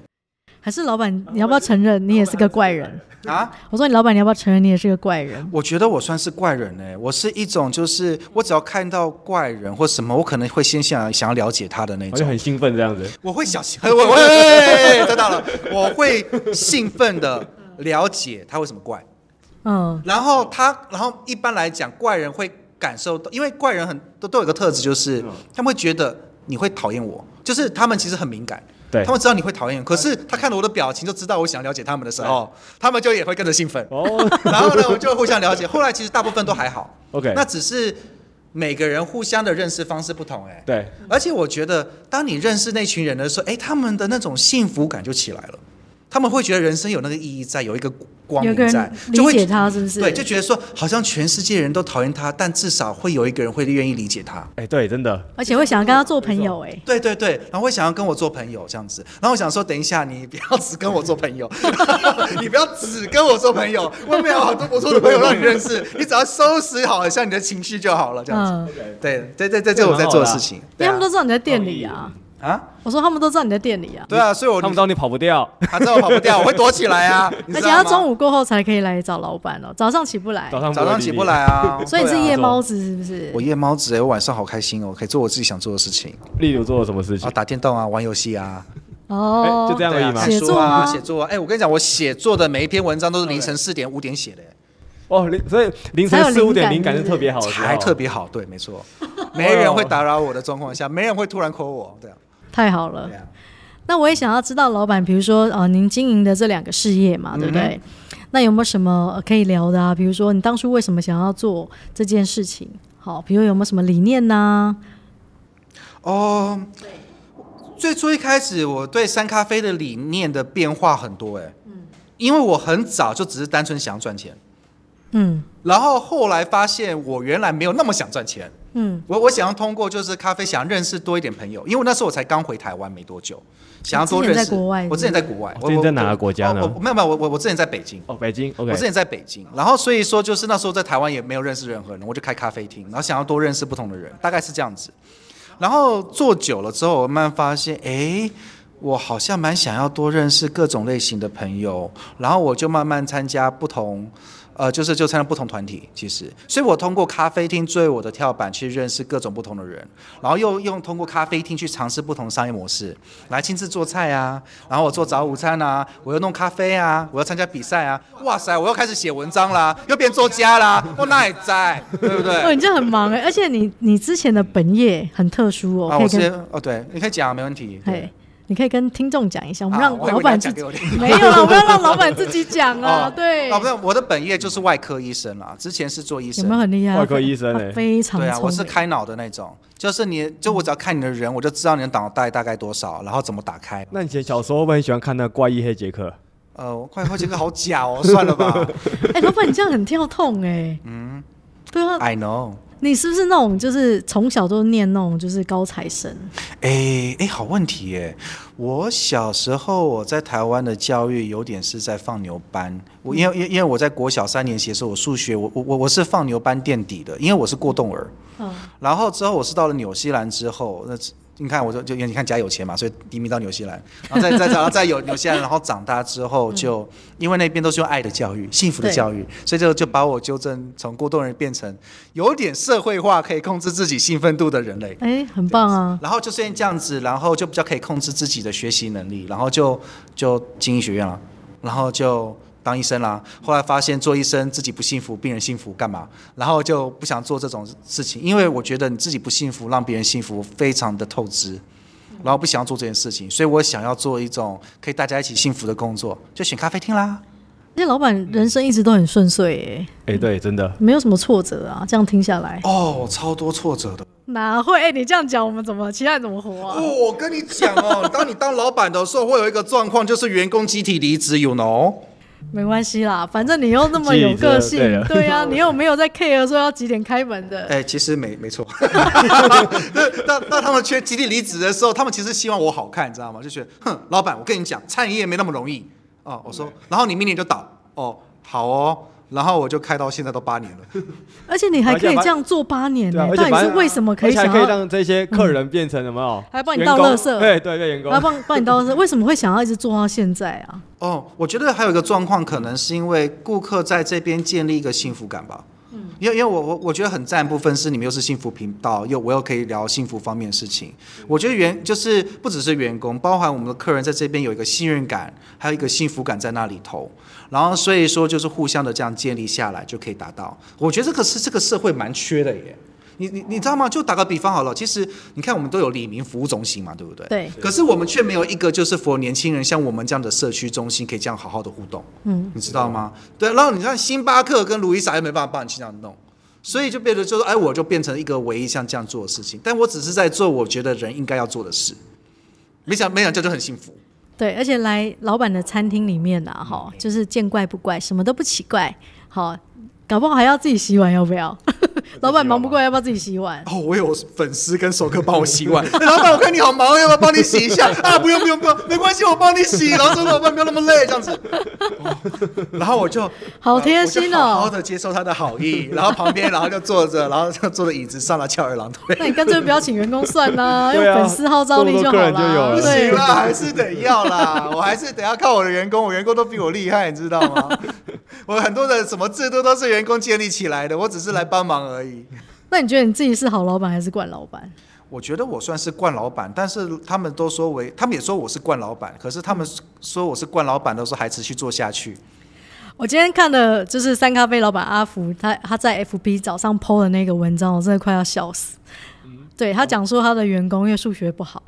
S1: 还是老板，你要不要承认你也是个怪人？
S3: 啊。
S1: 我说你老板，你要不要承认你也是个怪人？
S3: 我觉得我算是怪人哎、我是一种就是我只要看到怪人或什么，我可能会先想想要了解他的那
S4: 我就
S3: 种。
S4: 很兴奋这样子。
S3: 我会小心，哎我我哎 喂，知道了，我会兴奋的了解他为什么怪。
S1: 嗯，
S3: 然后他，然后一般来讲，怪人会感受到，因为怪人很都都有个特质，就是
S4: 嗯
S3: 他们会觉得你会讨厌我，就是他们其实很敏感。
S4: 对
S3: 他们知道你会讨厌，可是他看了我的表情就知道我想了解他们的时候，他们就也会跟着兴奋。
S4: 哦
S3: 然后呢，我们就互相了解。后来其实大部分都还好，
S4: ，OK，
S3: 那只是每个人互相的认识方式不同、哎，
S4: 对，
S3: 而且我觉得，当你认识那群人的时候，哎、他们的那种幸福感就起来了，他们会觉得人生有那个意义在，有一个光
S1: 有
S3: 明
S1: 个
S3: 在
S1: 人，
S3: 就
S1: 理
S3: 会
S1: 解他是不是？
S3: 对，就觉得说好像全世界人都讨厌他，但至少会有一个人会愿意理解他。
S4: 哎，对，真的，
S1: 而且会想要跟他做朋 友哎、
S3: 对对对，然后会想要跟我做朋友这样子，然后我想说，等一下你不要只跟我做朋友， 你不要只跟我做朋友，外面有好多不错的朋友让你 认识，你只要收拾好一下你的情绪就好了，这样子。
S1: 嗯，
S3: 对对对对，这是我在做的事情。
S1: 因为
S3: 对
S1: 他
S3: 啊
S1: 们都知道你在店里啊，
S3: 啊，
S1: 我说他们都知道你在店里啊，
S3: 对啊，所以我
S4: 他们知道你跑不掉，
S3: 他知道我跑不 掉，我会躲起来啊。
S1: 而
S3: 你
S1: 且
S3: 知道
S1: 要
S3: 吗
S1: 中午过后才可以来找老板哦，早上起不来
S4: 早，上
S3: 早上
S4: 会
S3: 起
S4: 理你
S3: 不，来啊，
S1: 所以你是
S3: 对啊
S1: 夜猫子是不是？
S3: 我夜猫子哎、我晚上好开心哦，我可以做我自己想做的事情，
S4: 例如做了什么事情
S3: 啊，？打电动啊，玩游戏啊，
S1: 哦
S4: 哎，就这样而
S3: 对
S4: 已
S3: 啊，
S4: 嘛
S3: 看
S1: 写
S3: 书
S1: 作
S3: 啊，
S1: 吗
S3: 写作啊。哎、我跟你讲，我写作的每一篇文章都是凌晨四点、五点写的、
S4: 哦，凌所以凌
S1: 才有
S4: 晨四五
S1: 灵
S4: 点
S1: 感
S4: 灵感是
S1: 是不是
S4: 特别好的时候，
S3: 才特别好。对，没错，没人会打扰我的状况下，没人会突然 call 我。对啊，
S1: 太好了
S3: 对。啊，
S1: 那我也想要知道，老板，比如说呃，您经营的这两个事业
S3: 嗯
S1: 嘛，对不对？那有没有什么呃可以聊的啊？比如说你当初为什么想要做这件事情？好，比如有没有什么理念呐、
S3: 哦、最初一开始我对三咖啡的理念的变化很多、哎，因为我很早就只是单纯想赚钱，
S1: 嗯
S3: 然后后来发现我原来没有那么想赚钱。
S1: 嗯，
S3: 我我想要通过就是咖啡，想认识多一点朋友，因为我那时候我才刚回台湾没多久，想要多认识。
S1: 之前在国外
S3: 我之前在国外，
S4: 哦之前在哪个国家呢
S3: 我我我没有没有，我我我之前在北京。
S4: 哦，北京
S3: 我
S4: OK，
S3: 之前在北京，然后所以说就是那时候在台湾也没有认识任何人，我就开咖啡厅，然后想要多认识不同的人，大概是这样子。然后做久了之后，我慢慢发现，哎，我好像蛮想要多认识各种类型的朋友，然后我就慢慢参加不同，呃，就是就参加不同团体。其实，所以我通过咖啡厅作为我的跳板去认识各种不同的人，然后又用通过咖啡厅去尝试不同商业模式，来亲自做菜啊，然后我做早午餐啊，我又弄咖啡啊，我要参加比赛啊，哇塞，我又开始写文章啦，又变作家啦，我那也在，对不对？
S1: 哦，你这很忙哎、 而且你你之前的本业很特殊哦，
S3: 啊，
S1: 可
S3: 我
S1: 以跟
S3: 是哦，对，你可以讲，没问题。对
S1: 哎，你可以跟听众讲一下，我们
S3: 啊
S1: 让
S3: 我以
S1: 老
S3: 为你要
S1: 板自
S3: 讲
S1: 己
S3: 给我 听。
S1: 没有 了，我们要让老板自己讲啊，对，
S3: 哦，不是，我的本业就是外科医生啦，之前是做医
S1: 有
S3: 生
S1: 没有。很厉害？
S4: 外科医生哎
S1: 他非常
S3: 对啊，
S1: 聪
S3: 我
S1: 明
S3: 是开脑的那种，就是你就我只要看你的人，我就知道你的脑袋大概多少，然后怎么打开。
S4: 那你以前小时候会不会很喜欢看那《怪异黑杰克》？
S3: 呃，我快快这个好假 哦，算了吧。
S1: 哎、老板你这样很跳痛哎、嗯，对啊，
S3: I know。
S1: 你是不是那种就是从小都念那种就是高材生？
S3: 哎哎，好问题耶！我小时候我在台湾的教育有点是在放牛班，我因为因为因为我在国小三年级的时候，我数学我我我我是放牛班垫底的，因为我是过动儿。
S1: 嗯，
S3: 然后之后我是到了纽西兰之后，那你看我就就你看家有钱嘛，所以移民到纽西兰，然后再再然后再有纽西兰，然后长大之后就、因为那边都是用爱的教育、幸福的
S1: 对
S3: 教育，所以就就把我纠正从过动人变成有点社会化、可以控制自己兴奋度的人类。
S1: 哎、很棒啊！
S3: 然后就是因为这样子，然后就比较可以控制自己的学习能力，然后就就进医学院了，然后就当医生啦。后来发现做医生自己不幸福，病人幸福干嘛？然后就不想做这种事情，因为我觉得你自己不幸福，让别人幸福非常的透支。然后不想要做这件事情，所以我想要做一种可以大家一起幸福的工作，就选咖啡厅啦。
S1: 那老板人生一直都很顺遂、
S4: 哎，对，真的
S1: 哎，，没有什么挫折啊。这样听下来，
S3: 哦，超多挫折的。
S1: 哪会？哎、你这样讲，我们怎么其他人怎么活啊？
S3: 哦，我跟你讲哦，当你当老板的时候，会有一个状况，就是员工集体离职，you know。
S1: 没关系啦，反正你又那么有个性
S4: 自己的，
S1: 对 啊，你又没有在 care 说要几点开门的。
S3: 哎、其实没没错。 当当他们缺集体离职的时候，他们其实希望我好看，你知道吗？就觉得，哼，老板，我跟你讲，餐饮业没那么容易哦。我说，然后你明年就倒哦，好哦。然后我就开到现在都八年了，
S1: 而且你还可以这样做八年、
S4: 对啊，
S1: 呢，哎
S4: 而
S1: 到
S4: 且
S1: 底
S4: 反
S1: 是
S4: 正
S1: 为什么可
S4: 而
S1: 以
S4: 且还
S1: 想
S4: 可以
S1: 要？嗯
S4: 让这些客人变成什么？哦
S1: 还帮你
S4: 员
S1: 倒
S4: 工
S1: 垃圾
S4: 对对，对员工
S1: 要。帮帮你到为什么会想要一直做到现在啊？
S3: 哦，我觉得还有一个状况，可能是因为顾客在这边建立一个幸福感吧。嗯，因为因为我我我觉得很赞的部分是你们又是幸福频道，又我又可以聊幸福方面的事情。我觉得员就是不只是员工，包含我们的客人在这边有一个信任感，还有一个幸福感在那里头。然后所以说就是互相的这样建立下来就可以达到。我觉得这个是这个社会蛮缺的耶。你你你知道吗？就打个比方好了，其实你看我们都有李明服务中心嘛，对不对？
S1: 对，
S3: 可是我们却没有一个就是佛年轻人像我们这样的社区中心可以这样好好的互动，
S1: 嗯，
S3: 你知道吗？对，然后你看星巴克跟卢伊莎又没办法帮你去这样弄，所以就变得就是哎，我就变成一个唯一像这样做的事情，但我只是在做我觉得人应该要做的事，没想没想这就很幸福。
S1: 对，而且来老板的餐厅里面
S4: 嗯
S1: 啊， 哈，就是见怪不怪，什么都不奇怪，好，搞不好还要自己洗碗，要不要？老板忙不过来，要不要自己洗碗？
S3: 哦，我有粉丝跟熟客帮我洗碗，哎老板，我看你好忙，要不要帮你洗一下？啊，不用不用不用，没关系，我帮你洗。然后说老板不要那么累，这样子。哦然后我就
S4: 啊
S1: 好贴心哦
S3: 我就好好的接受他的好意。 然后旁边，然后就坐着，然后就坐着椅子上了翘二郎腿。
S1: 那你干脆不要请员工算 啦，用
S4: 对啊
S1: 粉丝号召力好
S4: 这么多客人就有
S1: 啦。
S4: 了
S3: 不行
S1: 对，
S3: 啦，还是得要啦，我还是得要靠我的员工，我员工都比我厉害，你知道吗？ 我很多的什么制度都是员工建立起来的，我只是来帮忙而已。
S1: 那你觉得你自己是好老板还是惯老板？
S3: 我觉得我算是惯老板，但是他们都说为，他们也说我是惯老板，可是他们说我是惯老板的时候还持续做下去。
S1: 我今天看的就是三咖啡老板阿福，他他在 FB 早上 PO 的那个文章，我真的快要笑死。
S4: 嗯
S1: 对他讲说他的员工因为数学不好，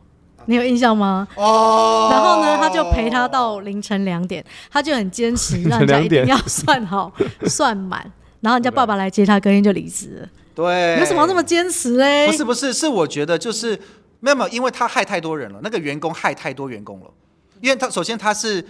S1: 你有印象吗？
S3: 哦，
S1: 然后呢，他就陪他到凌晨两点，他就很坚持，让人家一定要算好、算满。然后人家爸爸来接他，隔天就离职 了。
S3: 对，
S1: 你为什么要这么坚持嘞？
S3: 不是不是，是我觉得就是没有没有，因为他害太多人了，那个员工害太多员工了，因为他首先他是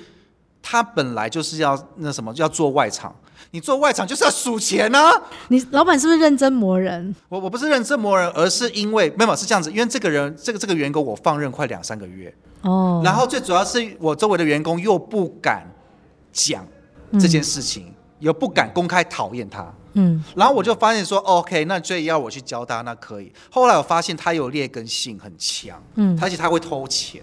S3: 他本来就是要那什么要做外场，你做外场就是要数钱啊。
S1: 你老板是不是认真磨人？
S3: 我我不是认真磨人，而是因为没有没有是这样子，因为这个人这个这个员工我放任快两三个月，
S1: 哦，
S3: 然后最主要是我周围的员工又不敢讲这件事情，又不敢公开讨厌他。
S1: 嗯，
S3: 然后我就发现说，OK，那哦所以要我去教他，那可以。后来我发现他有劣根性很强，
S1: 嗯
S3: 嗯，而且他会偷钱，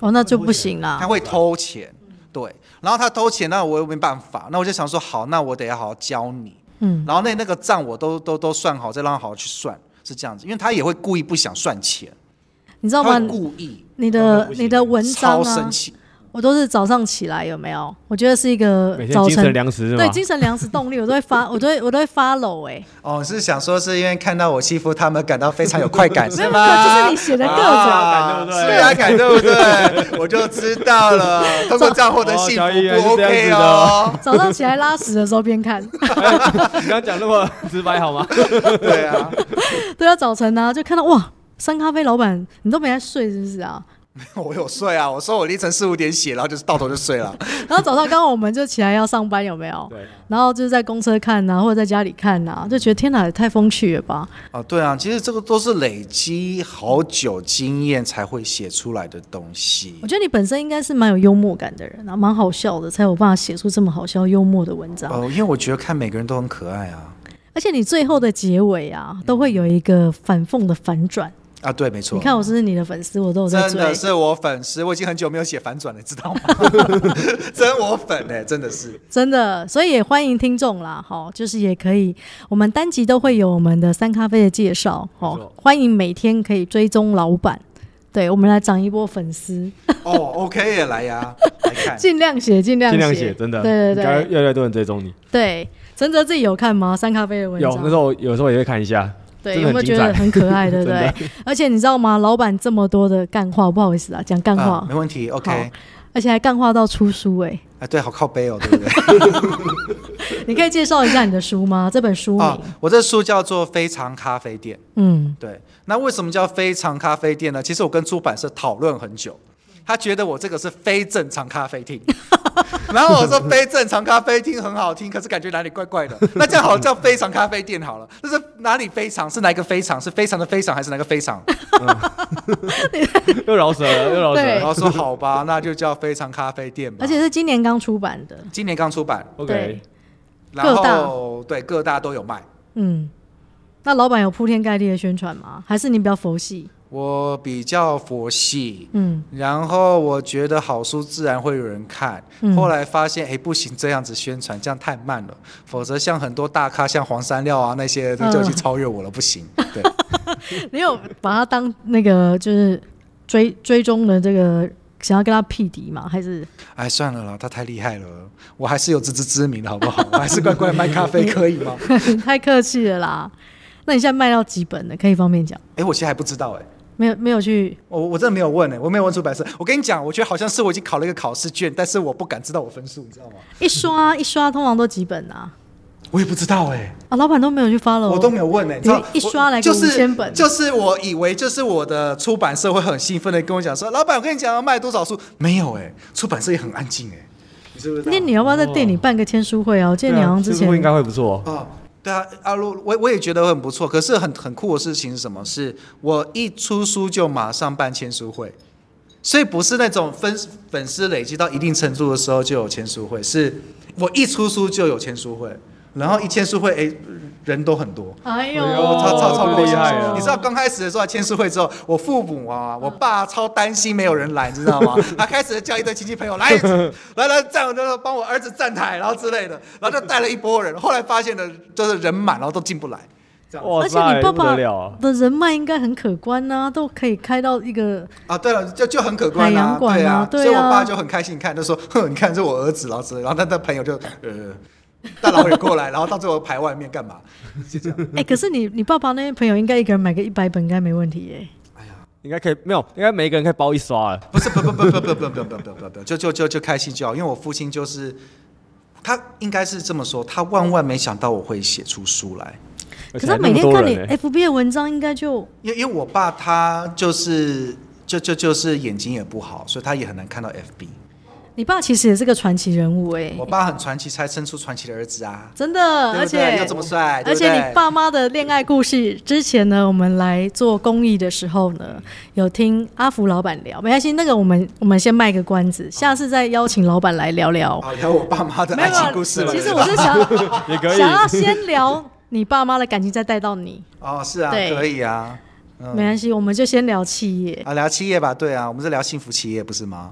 S1: 哦，那就不行啦
S3: 他。会偷钱，
S1: 嗯
S3: 对。然后他偷钱，那我又没办法，那我就想说，好，那我得要好好教你。
S1: 嗯，
S3: 然后那那个账我都都都算好，再让他好好去算，是这样子，因为他也会故意不想算钱，
S1: 你知
S3: 他
S1: 道吗
S3: 会？故意，
S1: 你的
S4: 不行
S1: 你的文章
S3: 超生
S1: 啊，
S3: 气。
S1: 我都是早上起来有没有？我觉得是一个
S4: 每天
S1: 早
S4: 精神
S1: 晨
S4: 粮食是吗
S1: 对？精神粮食动力，我都会发，我都会我都会发抖哎。
S3: 哦，是想说是因为看到我欺负他们感到非常有 快感，
S1: 没
S3: 是
S1: 有没有，
S3: 吗？
S1: 就是你写的各种。
S4: 啊
S3: 是啊，感对不对？我 就知道了，通过账户的幸
S4: 哦小姨原来
S3: 福
S4: 是
S3: 不
S4: 这样
S3: OK
S4: 子的
S3: 哦。
S1: 早上起来拉屎的时候边看，
S4: 你刚刚讲那么直 白好吗？
S3: 对啊，
S1: 对啊，早晨啊就看到哇，三咖啡老板你都没在睡是不是 啊？
S3: 我有睡啊，我说我凌晨四五点写，然后就是到头就睡了。
S1: 然后早上刚好我们就起来要上班有没有？
S4: 对，
S1: 然后就是在公车看呐、或者在家里看呐、就觉得天哪，也太风趣了吧！
S3: 啊，对啊，其实这个都是累积好久经验才会写出来的东西
S1: 我。觉得你本身应该是蛮有幽默感的人啊，蛮好笑的，才有办法写出这么好笑幽默的文章。
S3: 哦，因为我觉得看每个人都很可爱啊。
S1: 而且你最后的结尾啊，都会有一个反讽的反转。
S3: 啊，对，没错。
S1: 你看我是不是你的粉丝，我都有在
S3: 真
S1: 追。
S3: 的是我粉丝，我已经很久没有写反转了，知道吗？真我粉哎、真的是。
S1: 真的，所以也欢迎听众啦，哈，就是也可以，我们单集都会有我们的三咖啡的介绍，
S4: 没
S1: 哦
S4: 错，
S1: 欢迎每天可以追踪老板，对我们来涨一波粉丝，
S3: 哦，OK 也来呀、来看。
S1: 尽量写，尽量
S4: 哎尽
S1: 写，
S4: 量写，真的，
S1: 对对
S4: 应该
S1: 对
S4: 越来越多人追踪你。
S1: 对。陈哲自己有看吗？三咖啡的文章
S4: 有那时候有时候也会看一 下，
S1: 对，
S4: 真
S1: 有
S4: 的
S1: 没有
S4: 很
S1: 觉
S4: 精
S1: 得
S4: 彩
S1: 很可爱，对不
S4: 真
S1: 对
S4: 的？
S1: 而且你知道吗？老板这么多的干话，不好意思啊，讲干话，
S3: 啊没问题，OK。
S1: 而且还干话到出书哎、
S3: 啊，对，好靠背哦，对不 对？
S1: 你可以介绍一下你的书吗？这本书名，
S3: 啊，我这书叫做《非常咖啡店》。
S1: 嗯，
S3: 对，那为什么叫非常咖啡店呢？其实我跟出版社讨论很久，他觉得我这个是非正常咖啡 厅，然后我说非正常咖啡厅很好听，可是感觉哪里怪怪的。那这样好叫非常咖啡店好了，那是哪里非常？是哪一个非常？是非常的非常还是哪个非常？
S4: 又饶舌了，又饶舌
S1: 对
S4: 了。
S3: 然后说好吧，那就叫非常咖啡
S4: 啊
S3: 店吧。
S1: 而且是今年刚出版的，
S3: 今年刚出版，
S1: 对
S4: OK，啊
S3: 然
S1: 各大
S3: 后对各大都有卖。
S1: 嗯，那老板有铺天盖地的宣传吗？还是你比较佛系？
S3: 我比较佛系，
S1: 嗯，
S3: 然后我觉得好书自然会有人看，
S1: 嗯
S3: 后来发现哎不行，这样子宣传这样太慢了，否则像很多大咖像黄山料啊那些
S1: 嗯
S3: 就已经超越我了，不行。对，
S1: 你有把他当那个就是追追踪的这个想要跟他匹敌吗？还是
S3: 哎算了啦，他太厉害了，我还是有自知之明的好不好？ 我还是乖乖卖咖啡可以吗？
S1: 太客气了啦？那你现在卖到几本了？可以方便讲？
S3: 哎，我其实还不知道哎。
S1: 没有没有去
S3: 我我真的没有问哎、我没有问出版社。我跟你讲，我觉得好像是我已经考了一个考试卷，但是我不敢知道我分数，你知道吗？
S1: 一刷一刷，通常都几本啊？
S3: 我也不知道哎、
S1: 啊，老板都没有去 follow，
S3: 我都没有问呢、欸你知道
S1: 一刷来个
S3: 就是
S1: 5000本
S3: 就是我以为就是我的出版社会很兴奋的跟我讲说，老板，我跟你讲要卖多少书，没有哎、出版社也很安静哎、你知不知道
S1: 那？你要不要在店里办个签书会啊？我记得你好像之
S4: 对啊这个
S1: 前
S4: 会应该会不错哦。
S3: 哦，对啊，阿路，我我也觉得很不错。可是很很酷的事情是什么？是我一出书就马上办签书会，所以不是那种粉粉丝累积到一定程度的时候就有签书会，是我一出书就有签书会，然后一签书会，哎，人都很多。
S1: 哎呦，
S4: 哎呦
S3: 超超超
S4: 厉害啊
S3: 你知道刚开始的时候签书会之后，我父母啊，我爸超担心没有人来，你知道吗？ 他开始叫一堆亲戚朋友来， 来来站，然后帮我儿子站台，然后之类的，然后就带了一波人。后来发现呢，就是人满，然后都进不来。
S4: 哇
S1: 而且你爸
S4: 不得
S1: 爸
S4: 了啊！
S1: 的人脉应该很可观呐、都可以开到一个
S3: 啊，对了，就就很可观
S1: 海
S3: 啊，
S1: 洋馆
S3: 对
S1: 啊对啊
S3: 所以我爸就很开心看，就说，哼，你看这我儿子，然后之类的，然后他的朋友就呃。大老远过来，然后到最后排外面干嘛？
S4: 嗯
S1: 哎、可是你你爸爸那些朋友应该一个人买个一百本应该没问题耶、
S4: 应该可以，没有，应该每一个人可以包一刷啊了。
S3: 不是，不不不不不不不不不不，就就就就开心就好。因为我父亲就是，他应该是这么说，他万万没想到我会写出书来。
S4: 而
S1: 可是
S4: 且
S1: 他
S4: 还
S1: 每
S4: 那
S1: 天
S4: 么多
S1: 看你
S4: 人欸呢，
S1: FB 的文章，应该就
S3: 因为因为我爸他就是就就就是眼睛也不好，所以他也很难看到 FB。
S1: 你爸其实也是个传奇人物哎、
S3: 我爸很传奇，才生出传奇的儿子啊，
S1: 真的，而
S3: 对不对
S1: 且
S3: 又这么帅，对
S1: 而
S3: 不对
S1: 且你爸妈的恋爱故事，之前呢，我们来做公益的时候呢，有听阿福老板聊，没关系，那个我们我们先卖个关子，下次再邀请老板来聊聊。
S3: 啊，聊我爸妈的
S1: 没
S3: 爱
S1: 有
S3: 情
S1: 啊，
S3: 故事了。
S1: 其实我是想
S4: 也可以。
S1: 哎想要先聊你爸妈的感情，再带到你，
S3: 哦，是啊，
S1: 对
S3: 可以啊，
S1: 没关系，我们就先聊企业、
S3: 啊，聊企业吧，对啊，我们是聊幸福企业，不是吗？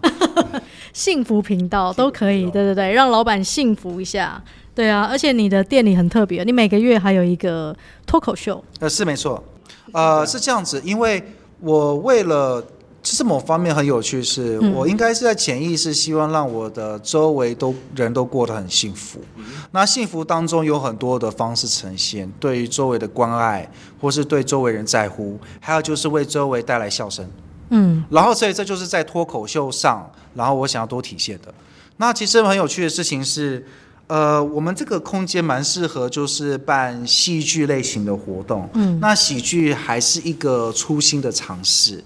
S1: 幸福频道都可以，对对对，让老板幸福一下。对啊，而且你的店里很特别，你每个月还有一个脱口秀，
S3: 呃，是没错，呃，是这样子，因为我为了。其实某方面很有趣是，我应该是在潜意识希望让我的周围都人都过得很幸福。那幸福当中有很多的方式呈现，对于周围的关爱，或是对周围人在乎，还有就是为周围带来笑声。
S1: 嗯，
S3: 然后所以这就是在脱口秀上，然后我想要多体现的。那其实很有趣的事情是，呃，我们这个空间蛮适合就是办戏剧类型的活动。嗯，那喜剧还是一个初心的尝试。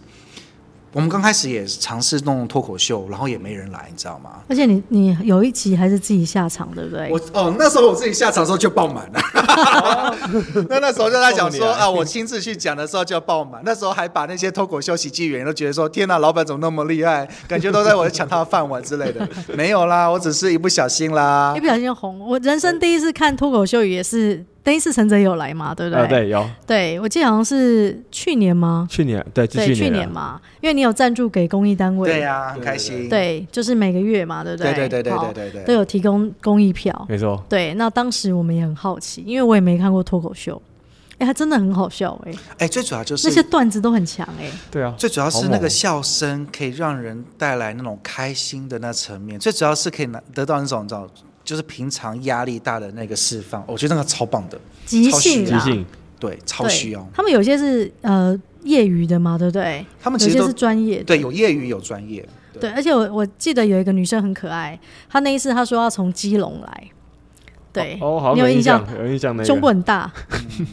S3: 我们刚开始也尝试弄脱口秀，然后也没人来，你知道吗？
S1: 而且你你有一集还是自己下场，对不对？
S3: 我哦，那时候我自己下场的时候就爆满了。那那时候就在讲说
S4: 爆满
S3: 啊，我亲自去讲的时候就要爆满。那时候还把那些脱口秀喜剧演员都觉得说，天哪，老板怎么那么厉害？感觉都在我抢他的饭碗之类的。没有啦，我只是一不小心啦
S1: 一。不小心就红。我人生第一次看脱口秀也是，第一次陈哲有来嘛，对不对？
S4: 呃，对，有
S1: 对我记得好像是去年吗？
S4: 去年，对，是
S1: 对，去
S4: 年
S1: 年
S4: 啊，
S1: 嘛，因为你有赞助给公益单位，
S3: 对呀、很开心。
S1: 对就是每个月嘛，对不
S3: 对
S1: 对
S3: 对对对
S1: 好
S3: 对对对
S1: 都有提供公益票。
S4: 没错。
S1: 对，那当时我们也很好奇，因为我也没看过脱口秀，哎，它真的很好笑哎、
S3: 哎，最主要就是
S1: 那些段子都很强哎、
S4: 对啊，
S3: 最主要
S4: 好
S3: 是
S4: 猛
S3: 那
S4: 哦
S3: 个笑声可以让人带来那种开心的那层面，最主要是可以拿得到那种你知道，就是平常压力大的那个释放。我觉得那个超棒的，
S1: 即
S3: 超
S1: 兴啊
S3: 需
S4: 即
S1: 啦，
S4: 兴，
S3: 对，超
S1: 对
S3: 需要。
S1: 他们有些是呃业余的嘛，对不对？
S3: 他们其实
S1: 有些
S3: 都
S1: 是专业的，
S3: 对，有业余有专业，
S1: 对，而且我我记得有一个女生很可爱，她那一次她说要从基隆来，对，
S4: 哦，好像
S1: 你有印
S4: 印
S1: 象？，
S4: 有印象那个。
S1: 胸部很 大，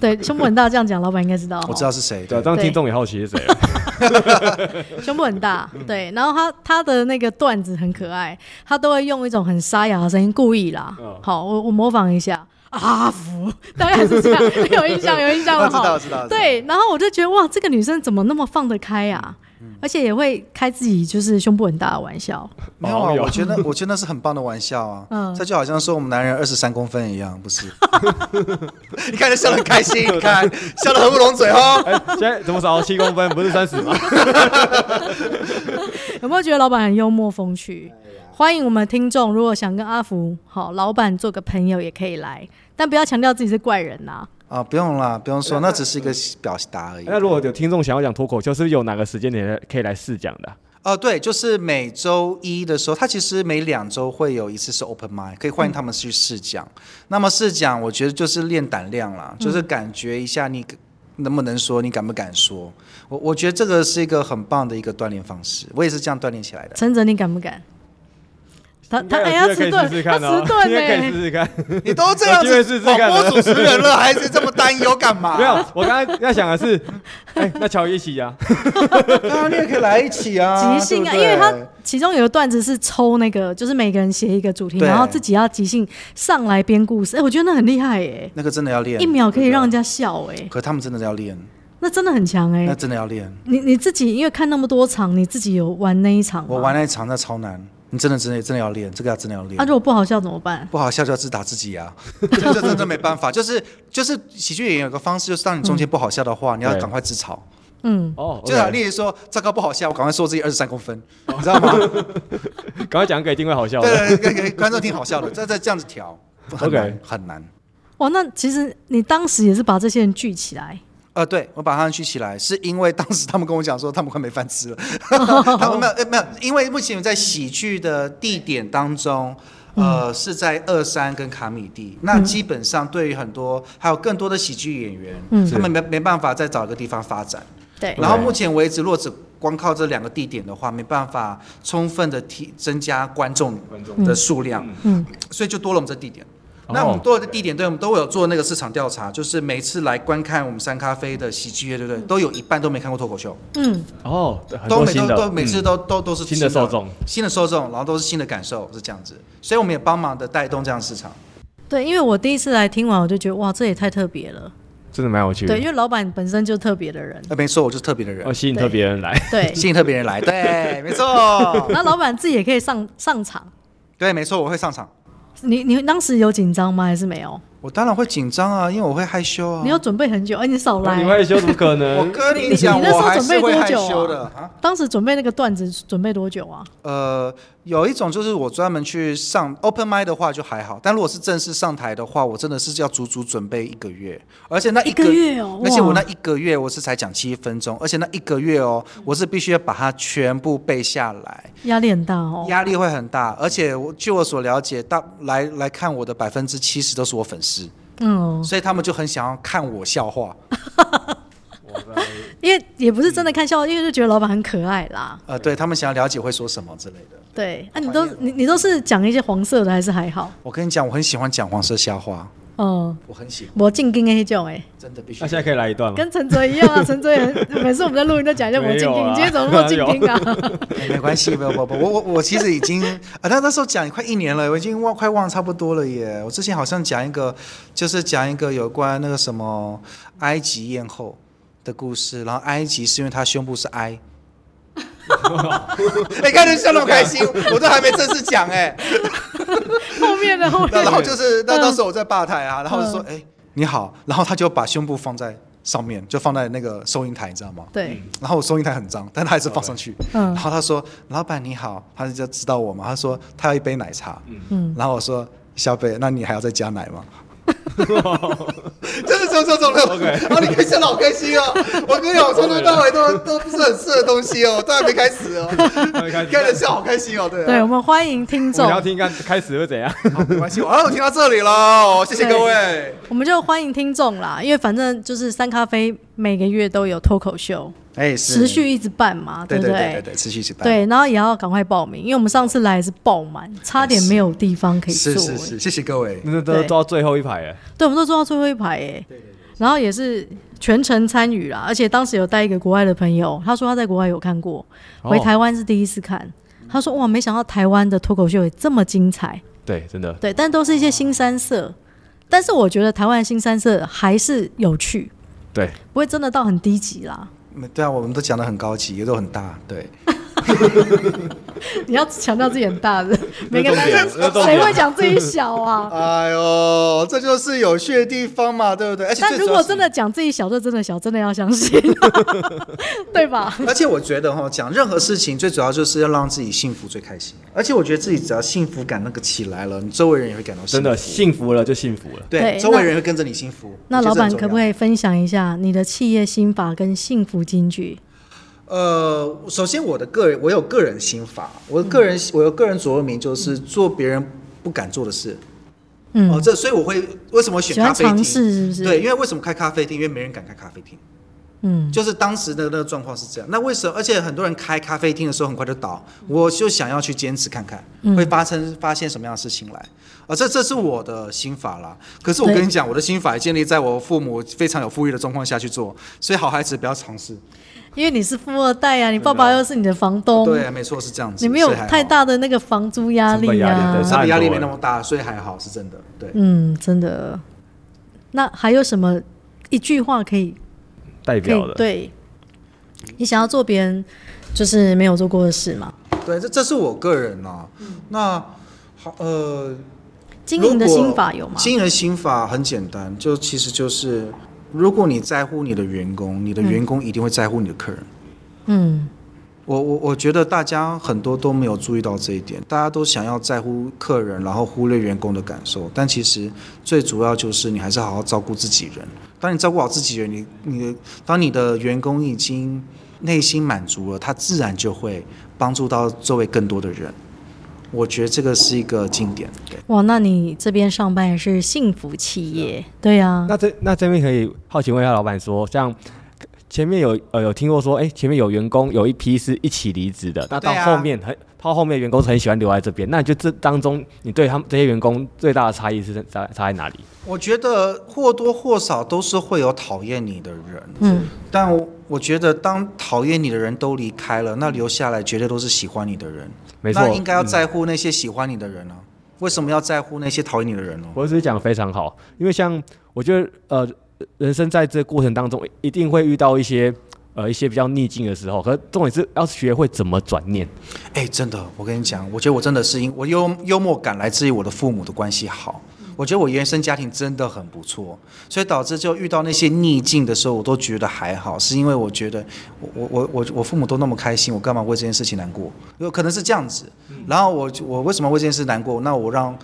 S1: 对，胸部很大，这样讲老板应该知道，
S3: 我知道，是谁。
S4: 对啊，这样
S1: 对
S4: 听众也好奇是谁 啊？
S1: 胸部很大，
S3: 嗯
S1: 对，然后她她的那个段子很可爱，她都会用一种很沙哑的声音，故意啦，
S4: 嗯
S1: 好，我我模仿一下。阿福大概是这样， 你有印象有印象
S3: 我
S1: 吗？
S3: 哦知道，知道。知道，
S1: 对，然后我就觉得哇，这个女生怎么那么放得开啊？
S3: 嗯
S1: 而且也会开自己就是胸部很大的玩笑，
S3: 没有
S4: 哦
S3: 啊，
S4: 有
S3: 我觉得我觉得那是很棒的玩笑啊。
S1: 嗯
S3: 这就好像说我们男人二十三公分一样，不是？你看他笑得很开心，你看笑得合不拢嘴哦。
S4: 哎，现在怎么少七公分？不是三十 吗？
S1: 有没有觉得老板很幽默风趣？
S3: 哎
S1: 欢迎我们听众，如果想跟阿福好老板做个朋友，也可以来，但不要强调自己是怪人呐、
S3: 啊，不用啦，不用说，那只是一个表达而已。
S4: 那如果有听众想要讲脱口秀，是不是有哪个时间点来可以来试讲的啊？
S3: 哦，对，就是每周一的时候，它其实每两周会有一次是 open m i d 可以欢迎他们去试讲。
S1: 嗯
S3: 那么试讲，我觉得就是练胆量啦，就是感觉一下你能不能说，你敢不敢说。我我觉得这个是一个很棒的一个锻炼方式，我也是这样锻炼起 来的。
S1: 陈哲，你敢不敢？他他哎，
S4: 应
S1: 他
S4: 该有
S1: 迟
S4: 机会可以
S1: 钝他
S4: 试试，看哦，
S1: 迟钝 欸
S4: 应该可以
S1: 呢。
S4: 试试看。哦
S3: 你都这样
S4: 有机会
S3: 子
S4: 试试 看
S1: 欸
S3: 广播主持人了，还是这么担忧干嘛？
S4: 没有，我刚刚要想的是，哎，那乔一起呀、
S3: 对啊，你也可以来一起啊，
S1: 即兴啊，
S3: 对不对
S1: 因为他其中有个段子是抽那个，就是每个人写一个主题，
S3: 对
S1: 然后自己要即兴上来编故事。哎、我觉得那很厉害耶、
S3: 那个真的要练，
S1: 一秒可以让人
S3: 家，
S1: 家笑哎、
S3: 可他们真的要练，
S1: 那真的很强哎、
S3: 那真的要练。
S1: 你你自己因为看那么多场，你自己有玩那一场吗？
S3: 我玩那一场那超难，你真的真的真的要练，这个要真的要练。
S1: 啊，如果不好笑怎么办？
S3: 不好笑就要自打自己啊， 这这真的没办法。就是就是喜剧演员有个方式，就是当你中间不好笑的话，你要
S4: 对
S3: 赶快自嘲。
S1: 嗯，
S4: 哦，
S3: 就是啊例如说糟糕不好笑，我赶快说自己二十三公分，你知道吗？
S4: 赶快讲给一定会好笑的。
S3: 对对对，给观众挺好笑的，再再这样子调，很难
S4: OK
S3: 很难。
S1: 哇，那其实你当时也是把这些人聚起来，
S3: 呃，对，我把他们聚起来，是因为当时他们跟我讲说他们快没饭吃了，他们没有、呃、没有，因为目前在喜剧的地点当中，呃，是在二三跟卡米蒂，那基本上对于很多还有更多的喜剧演员，
S1: 嗯
S3: 他们没没办法再找一个地方发展，
S1: 对
S3: 然后目前为止，若只光靠这两个地点的话，没办法充分的提增加观众的数量，
S1: 嗯，
S3: 所以就多了我们这地点。
S4: 哦
S3: 那我们多了的地点，对我们都有做那个市场调查，就是每次来观看我们三咖啡的喜剧乐，对不对？都有一半都没看过脱口秀，
S1: 嗯，
S4: 哦，很
S3: 都
S4: 多
S3: 每
S4: 新
S3: 都
S4: 的，
S3: 都每次
S4: 嗯
S3: 都都都是
S4: 新的受众，
S3: 新的受众，然后都是新的感受，是这样子。所以我们也帮忙的带动这样的市场。
S1: 嗯对，因为我第一次来听完，我就觉得哇，这也太特别了。
S4: 真的蛮有趣的
S1: 对，因，为老板本身就特别的人，
S3: 那呃没错，我就是特别的人
S4: 要，吸引特别人来。
S1: 对，
S3: 吸引特别人来，对，没错，
S1: 那老板自己也可以上上场。
S3: 对，没错，我会上场。
S1: 你你当时有紧张吗？还是没有？
S3: 我当然会紧张啊，因为我会害羞啊。
S1: 你有准备很久？哎、你少来
S4: 哦你。害羞怎么可
S3: 我
S4: 能？
S3: 跟
S1: 你
S3: 你讲，
S1: 你那时
S3: 我
S1: 候
S3: 还
S1: 准备
S3: 是会
S1: 多
S3: 害
S1: 久啊
S3: 羞的啊。
S1: 当时准备那个段子准备多久啊？
S3: 呃，有一种就是我专门去上 open mic 的话就还好，但如果是正式上台的话，我真的是要足足准备一个月，而且那
S1: 一
S3: 个
S1: 个月哦
S3: 而且
S1: 哇
S3: 我那一个月我是才讲七分钟，而且那一个月哦，我是必须要把它全部背下来，
S1: 压力很大哦。
S3: 压力会很大。而且我据我所了解，大来来看我的百分之七十都是我粉丝，
S1: 嗯，
S3: 所以他们就很想要看我笑话。
S1: 因为也不是真的看笑话，因为就觉得老板很可爱啦。
S3: 呃，对他们想要了解会说什么之类的。
S1: 对，啊，你都你你都是讲一些黄色的，还是还好？
S3: 我跟你讲，我很喜欢讲黄色笑话，
S1: 嗯，
S3: 我很喜欢，
S1: 我进京那种哎，
S3: 真的必须
S4: 那现。在可以来一段吗？
S1: 跟陈哲一样 啊。陈哲也很每次我们在录音都讲一下我进京，
S4: 没有啊
S1: 你今天怎么那么进京啊？
S3: 哎没关系，不不不，我我我其实已经啊，那那时候讲快一年了，我已经忘快忘得差不多了耶。我之前好像讲一个，就是讲一个有关那个什么埃及艳后的故事，然后埃及是因为她胸部是 埃。 哎、看你笑那么开心，我都还没正式讲 哎、
S1: 后面的后面
S3: 那然
S1: 的
S3: 后就是
S4: 嗯
S3: 那到时候我在吧台啊，然后就说哎、你好，然后他就把胸部放在上面，就放在那个收银台，你知道吗？
S1: 对，
S3: 然后我收银台很脏，但他还是放上去。
S1: 嗯
S3: 然后他说：“老板你好。”他就知道我嘛，他说他要一杯奶茶。
S1: 嗯，
S3: 然后我说：“小北，那你还要再加奶吗？” 就是这种这种的
S4: OK
S3: 然后你可以笑得好开 心哦！我跟你讲，我从头到尾都都不是很吃的东西哦，都还没开始 哦，
S4: 没开始
S3: 看着笑好开心哦，对啊
S1: 对，我们欢迎听
S4: 我
S1: 众
S4: 们，要听看开始会怎样？
S3: 好，没关系，我啊我听到这里喽，谢谢各位。
S1: 我们就欢迎听众啦，因为反正就是三咖啡每个月都有脱口秀，
S3: 哎，是
S1: 持续一直办嘛，
S3: 对
S1: 不
S3: 对对对对，持续举办，
S1: 对，然后也要赶快报名，因为我们上次来是爆满，差点没有地方可以坐。
S3: 是是是，谢谢各位。
S4: 那 都
S1: 对
S4: 都到最后一排了，
S1: 对，我们都坐到最后一排耶。然后也是全程参与啦，而且当时有带一个国外的朋友，他说他在国外有看过，
S4: 哦
S1: 回台湾是第一次看。他说哇，没想到台湾的脱口秀也这么精彩。
S4: 对，真的，
S1: 对，但都是一些新三色。但是我觉得台湾的新三色还是有趣，
S4: 对，
S1: 不会真的到很低级啦。
S3: 嗯对啊，我们都讲的很高级，也都很大，对。
S1: 你要强调自己很大 的，每个男生
S4: 这是重点
S1: 谁会讲自己小 啊？
S3: 哎呦，这就是有趣的地方嘛，对不对？而且
S1: 但
S3: 最
S1: 如
S3: 主要
S1: 果
S3: 是
S1: 真的，讲自己小，就真的小，真的要相信， 对吧？
S3: 而且我觉得哈，讲任何事情最主要就是要让自己幸福最开心。而且我觉得自己只要幸福感那个起来了，你周围人也会感到幸
S4: 真
S3: 福
S4: 的，幸福了就幸福了。
S3: 对，
S1: 对
S3: 周围人会跟着你幸福。
S1: 那
S3: 我觉
S1: 老
S3: 得这很
S1: 板可不
S3: 重要
S1: 可？以分享一下你的企业心法跟幸福金句？
S3: 呃，首先我的个人，我有个人心法，我的个
S1: 嗯
S3: 人，我有个人座右铭就是做别人不敢做的事。
S1: 嗯，
S3: 哦，这所以我会为什么选
S1: 喜
S3: 咖
S1: 欢
S3: 啡厅？
S1: 尝试是不是？
S3: 对，因为为什么开咖啡厅？因为没人敢开咖啡厅。
S1: 嗯，
S3: 就是当时的那个状况是这样。那为什么？而且很多人开咖啡厅的时候很快就倒，
S1: 嗯
S3: 我就想要去坚持看看会发生发现什么样的事情来。啊，这这是我的心法啦。可是我跟你讲，我的心法也建立在我父母非常有富裕的状况下去做，所以好孩子不要尝试。
S1: 因为你是富二代啊，你爸爸又是你的房东，
S3: 对，没错是这样子。
S1: 你没有
S3: 所以还好
S1: 太，大的那个房租压
S4: 啊成本
S1: 力
S4: 压力
S1: 啊
S4: 对。
S3: 这个压力没那么大，所以还好是真的。对，
S1: 嗯，真的。那还有什么一句话可以
S4: 代
S1: 可
S4: 表
S1: 以
S4: 了。
S1: 对？你想要做别人就是没有做过的事嘛？
S3: 对，这这是我个人啊。
S1: 嗯
S3: 那好，呃，
S1: 经营的
S3: 如果
S1: 心法有吗？
S3: 经营的心法很简单，就其实就是，如果你在乎你的员工，你的员工一定会在乎你的客人。
S1: 嗯，
S3: 我我我觉得大家很多都没有注意到这一点，大家都想要在乎客人，然后忽略员工的感受，但其实最主要就是你还是好好照顾自己人。当你照顾好自己人，你你的当你的员工已经内心满足了，他自然就会帮助到周围更多的人。我觉得这个是一个经典。对
S1: 哇，那你这边上班也是幸福企业，对啊，
S4: 那这那这边可以好奇问一下老板说，像前面有呃有听过说，哎、前面有员工有一批是一起离职的，那到
S3: 对啊
S4: 后面很、到后面的员工是很喜欢留在这边，那你就这当中你对他们这些员工最大的差异是在在差在哪里？
S3: 我觉得或多或少都是会有讨厌你的人，
S1: 嗯，
S3: 但我我觉得当讨厌你的人都离开了，那留下来绝对都是喜欢你的人。
S4: 没错嗯
S3: 那，应该要在乎那些喜欢你的人呢、啊为什么要在乎那些讨厌你的人呢？哦
S4: 我只是讲得非常好，因为像我觉得呃，人生在这过程当中一定会遇到一些呃一些比较逆境的时候，可是重点是要学会怎么转念。
S3: 哎、真的，我跟你讲，我觉得我真的是因我幽幽默感来自于我的父母的关系好。我觉得我原生家庭真的很不错，所以导致就遇到那些逆境的时候，我都觉得还好，是因为我觉得我我我我我父母都那么开心，我干嘛为这件事情难过？有可能是这样子。然后我就我为什么为这件事难过？那我让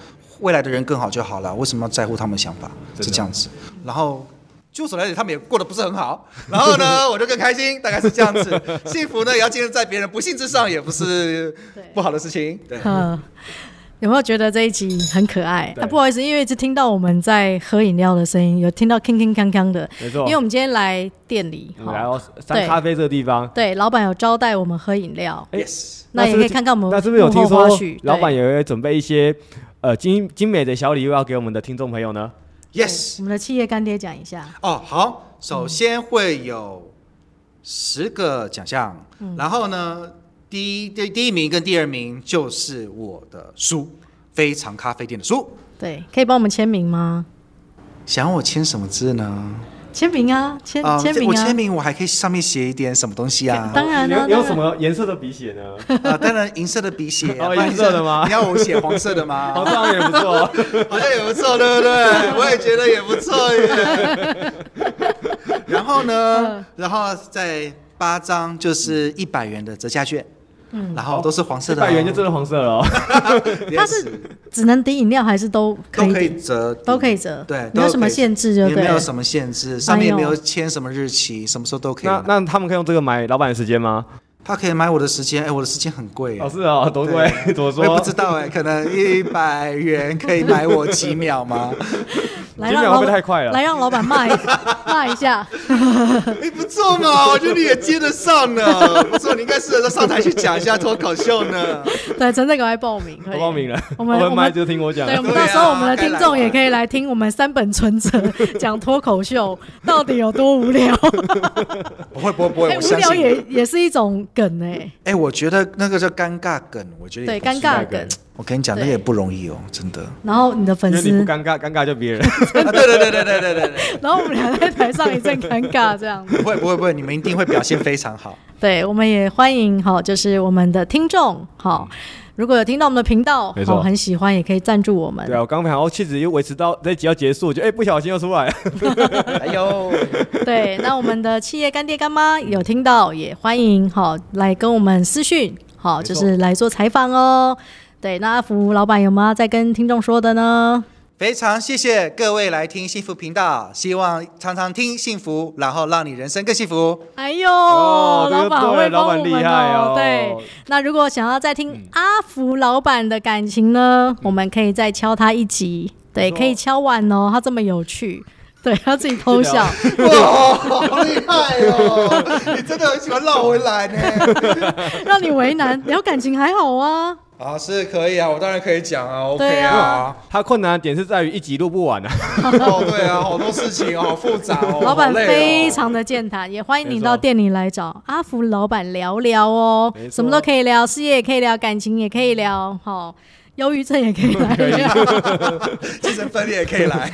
S3: 未来的人更好就好了，为什么要在乎他们的想法？是这样子。然后就所了解，他们也过得不是很好。然后 呢，我就更开心，大概是这样 子。幸福呢，也要建立在别人不幸之上，也不是
S1: 对
S3: 不好的事情。对，
S1: 嗯，有没有觉得这一集很可爱？
S4: 对
S1: 啊、不好意思，因为一直听到我们在喝饮料的声音，有听到铿铿锵锵的，
S4: 没
S1: 因
S4: 错，
S1: 为我们今天来店里，
S4: 嗯
S1: 哈
S4: 然后三咖啡这个地方，
S1: 对，老板有招待我们喝饮料，
S4: 哎
S3: yes。
S1: 那也
S4: 是不
S1: 可
S4: 是
S1: 以看看我们
S4: 那是不是有
S1: 幕后
S4: 听
S1: 花
S4: 说
S1: 絮
S4: 老板
S1: 对
S4: 也会准备一些呃精精美的小礼物要给我们的听众朋友呢？
S3: Yes，
S1: 我们的企业干爹讲一下，
S3: 哦，好，首先会有十个奖项，然后呢，第一第第一名跟第二名就是我的书，非常咖啡店的书。
S1: 对，可以帮我们签名吗？
S3: 想要我签什么字呢？
S1: 签名啊，签
S3: 啊
S1: 签名
S3: 我
S1: 啊
S3: 签，名，我还可以上面写一点什么东西啊？
S1: 当然
S4: 你
S1: 啦、
S4: 有
S1: 啊，
S4: 你有什么颜色的笔写 呢？
S3: 啊，当然银色的笔写，
S4: 哦
S3: 不然
S4: 银色的吗哦
S3: 你要我写黄色 的吗？
S4: 好像也不错，
S3: 好像也不错，对不 对？我也觉得也不错耶。 然后
S1: 嗯
S3: 呢，然后再八张就是一百元的折价券，嗯，然后都是黄色
S4: 一
S3: 的 哦、
S4: 百元就真的黄色了哦。
S3: 也
S1: 它是只能点饮料还是都可
S3: 都
S1: 以
S3: 可
S1: 点？
S3: 以折，
S1: 都可以折，
S3: 嗯对，
S1: 没有
S3: 都
S1: 什么
S3: 可以
S1: 限制就
S3: 也
S1: 对
S3: 没
S1: 了
S3: 有。什么限制，上面也
S1: 哎
S3: 没
S1: 呦
S3: 有签什么日期，什么时候都可以
S4: 那
S3: 拿。
S4: 那他们可以用这个买老板的时间吗？
S3: 他可以买我的时间，哎，我的时间很贵耶。
S4: 哦，是哦，多贵？怎么
S3: 我也
S4: 说
S3: 不？知道哎，可能一百元可以买我几秒吗？
S1: 来
S4: 这
S1: 让
S4: 秒
S1: 老
S4: 会不会
S1: 板
S4: 太快了
S1: 来让老板 骂一骂一下。
S3: 哎，不错 嘛，我觉得你也接得上呢。不错，你应该试着上台去讲一下脱口秀呢。
S1: 对，陈正赶快报名，可以
S4: 我报名了，
S1: 我们我
S4: 麦
S1: 们
S4: 就 听我讲
S1: 对，我
S4: 了。
S1: 们
S3: 对
S1: 到
S3: 啊
S1: 时候我们的
S3: 该
S1: 听
S3: 来
S1: 众也
S3: 玩
S1: 可以来听我们三本存折讲脱口秀到底有多无 聊。
S3: 不会，不会，不会，
S1: 哎
S3: 我
S1: 无
S3: 相
S1: 聊
S3: 信。
S1: 也也是一种梗哎、
S3: 哎，我觉得那个叫尴尬梗，我觉得
S1: 对，
S3: 也不
S1: 尴
S3: 错
S1: 尬
S4: 梗
S1: 梗。
S3: 我跟你讲，那
S1: 对
S3: 个也不容易哦，真的。
S1: 然后你的粉
S4: 因为你
S1: 丝
S4: 不，尴尬，尴尬就 别人。
S3: 啊对对对对对对对对，
S1: 然后我们俩在台上一阵尴 尬这样子。
S3: 不会不会不会，你们一定会表现非 常好。
S1: 对，我们也欢迎好，就是我们的听众好，如果有听到我们的频道
S4: 没，错
S1: 好很喜欢，也可以赞助我们
S4: 对。啊，我刚刚想，哦，气质又维持到这一集要结束，我就哎不小心又出来了。
S3: 哎呦，
S1: 对，那我们的企业干爹干妈有听到，也欢迎好来跟我们私讯，好
S4: 没错
S1: 就是来做采访哦。对，那阿福老板有吗？在跟听众说的呢？
S3: 非常谢谢各位来听幸福频道，希望常常听幸福，然后让你人生更幸福。
S1: 哎呦，
S4: 这个
S1: 老板好
S4: 哦对
S1: 会帮
S4: 老
S1: 我
S4: 板厉
S1: 们
S4: 害哦。嗯
S1: 对，，那如果想要再听阿福老板的感情呢，我们可以再敲他一集，对，
S4: 没错
S1: 可以敲完哦，他这么有趣。对他自己偷笑，
S3: 哇，好厉害哦！你真的很喜欢绕回来呢。
S1: 让你为 难。聊感情还好啊，
S3: 啊，是可以啊，我当然可以讲啊
S1: 对
S3: ，OK
S1: 啊
S3: 啊。
S4: 它困难的点是在于一集录不完啊。
S3: 哦，对啊，好多事情哦，好复杂 哦，
S1: 老板
S3: 好累哦
S1: 非常的健谈，也欢迎你
S4: 没错
S1: 到店里来找阿福老板聊聊哦
S4: 没，错
S1: 什么都可以聊，事业也可以聊，感情也可以聊，好，忧郁症也 可以来聊。
S3: 精神分裂也可以来。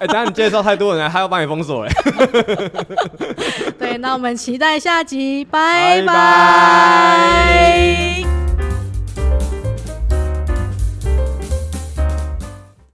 S4: 哎、等一下你介绍太多人了，他要把你封锁哎、
S1: 对，那我们期待下集，拜
S4: 拜
S1: 拜。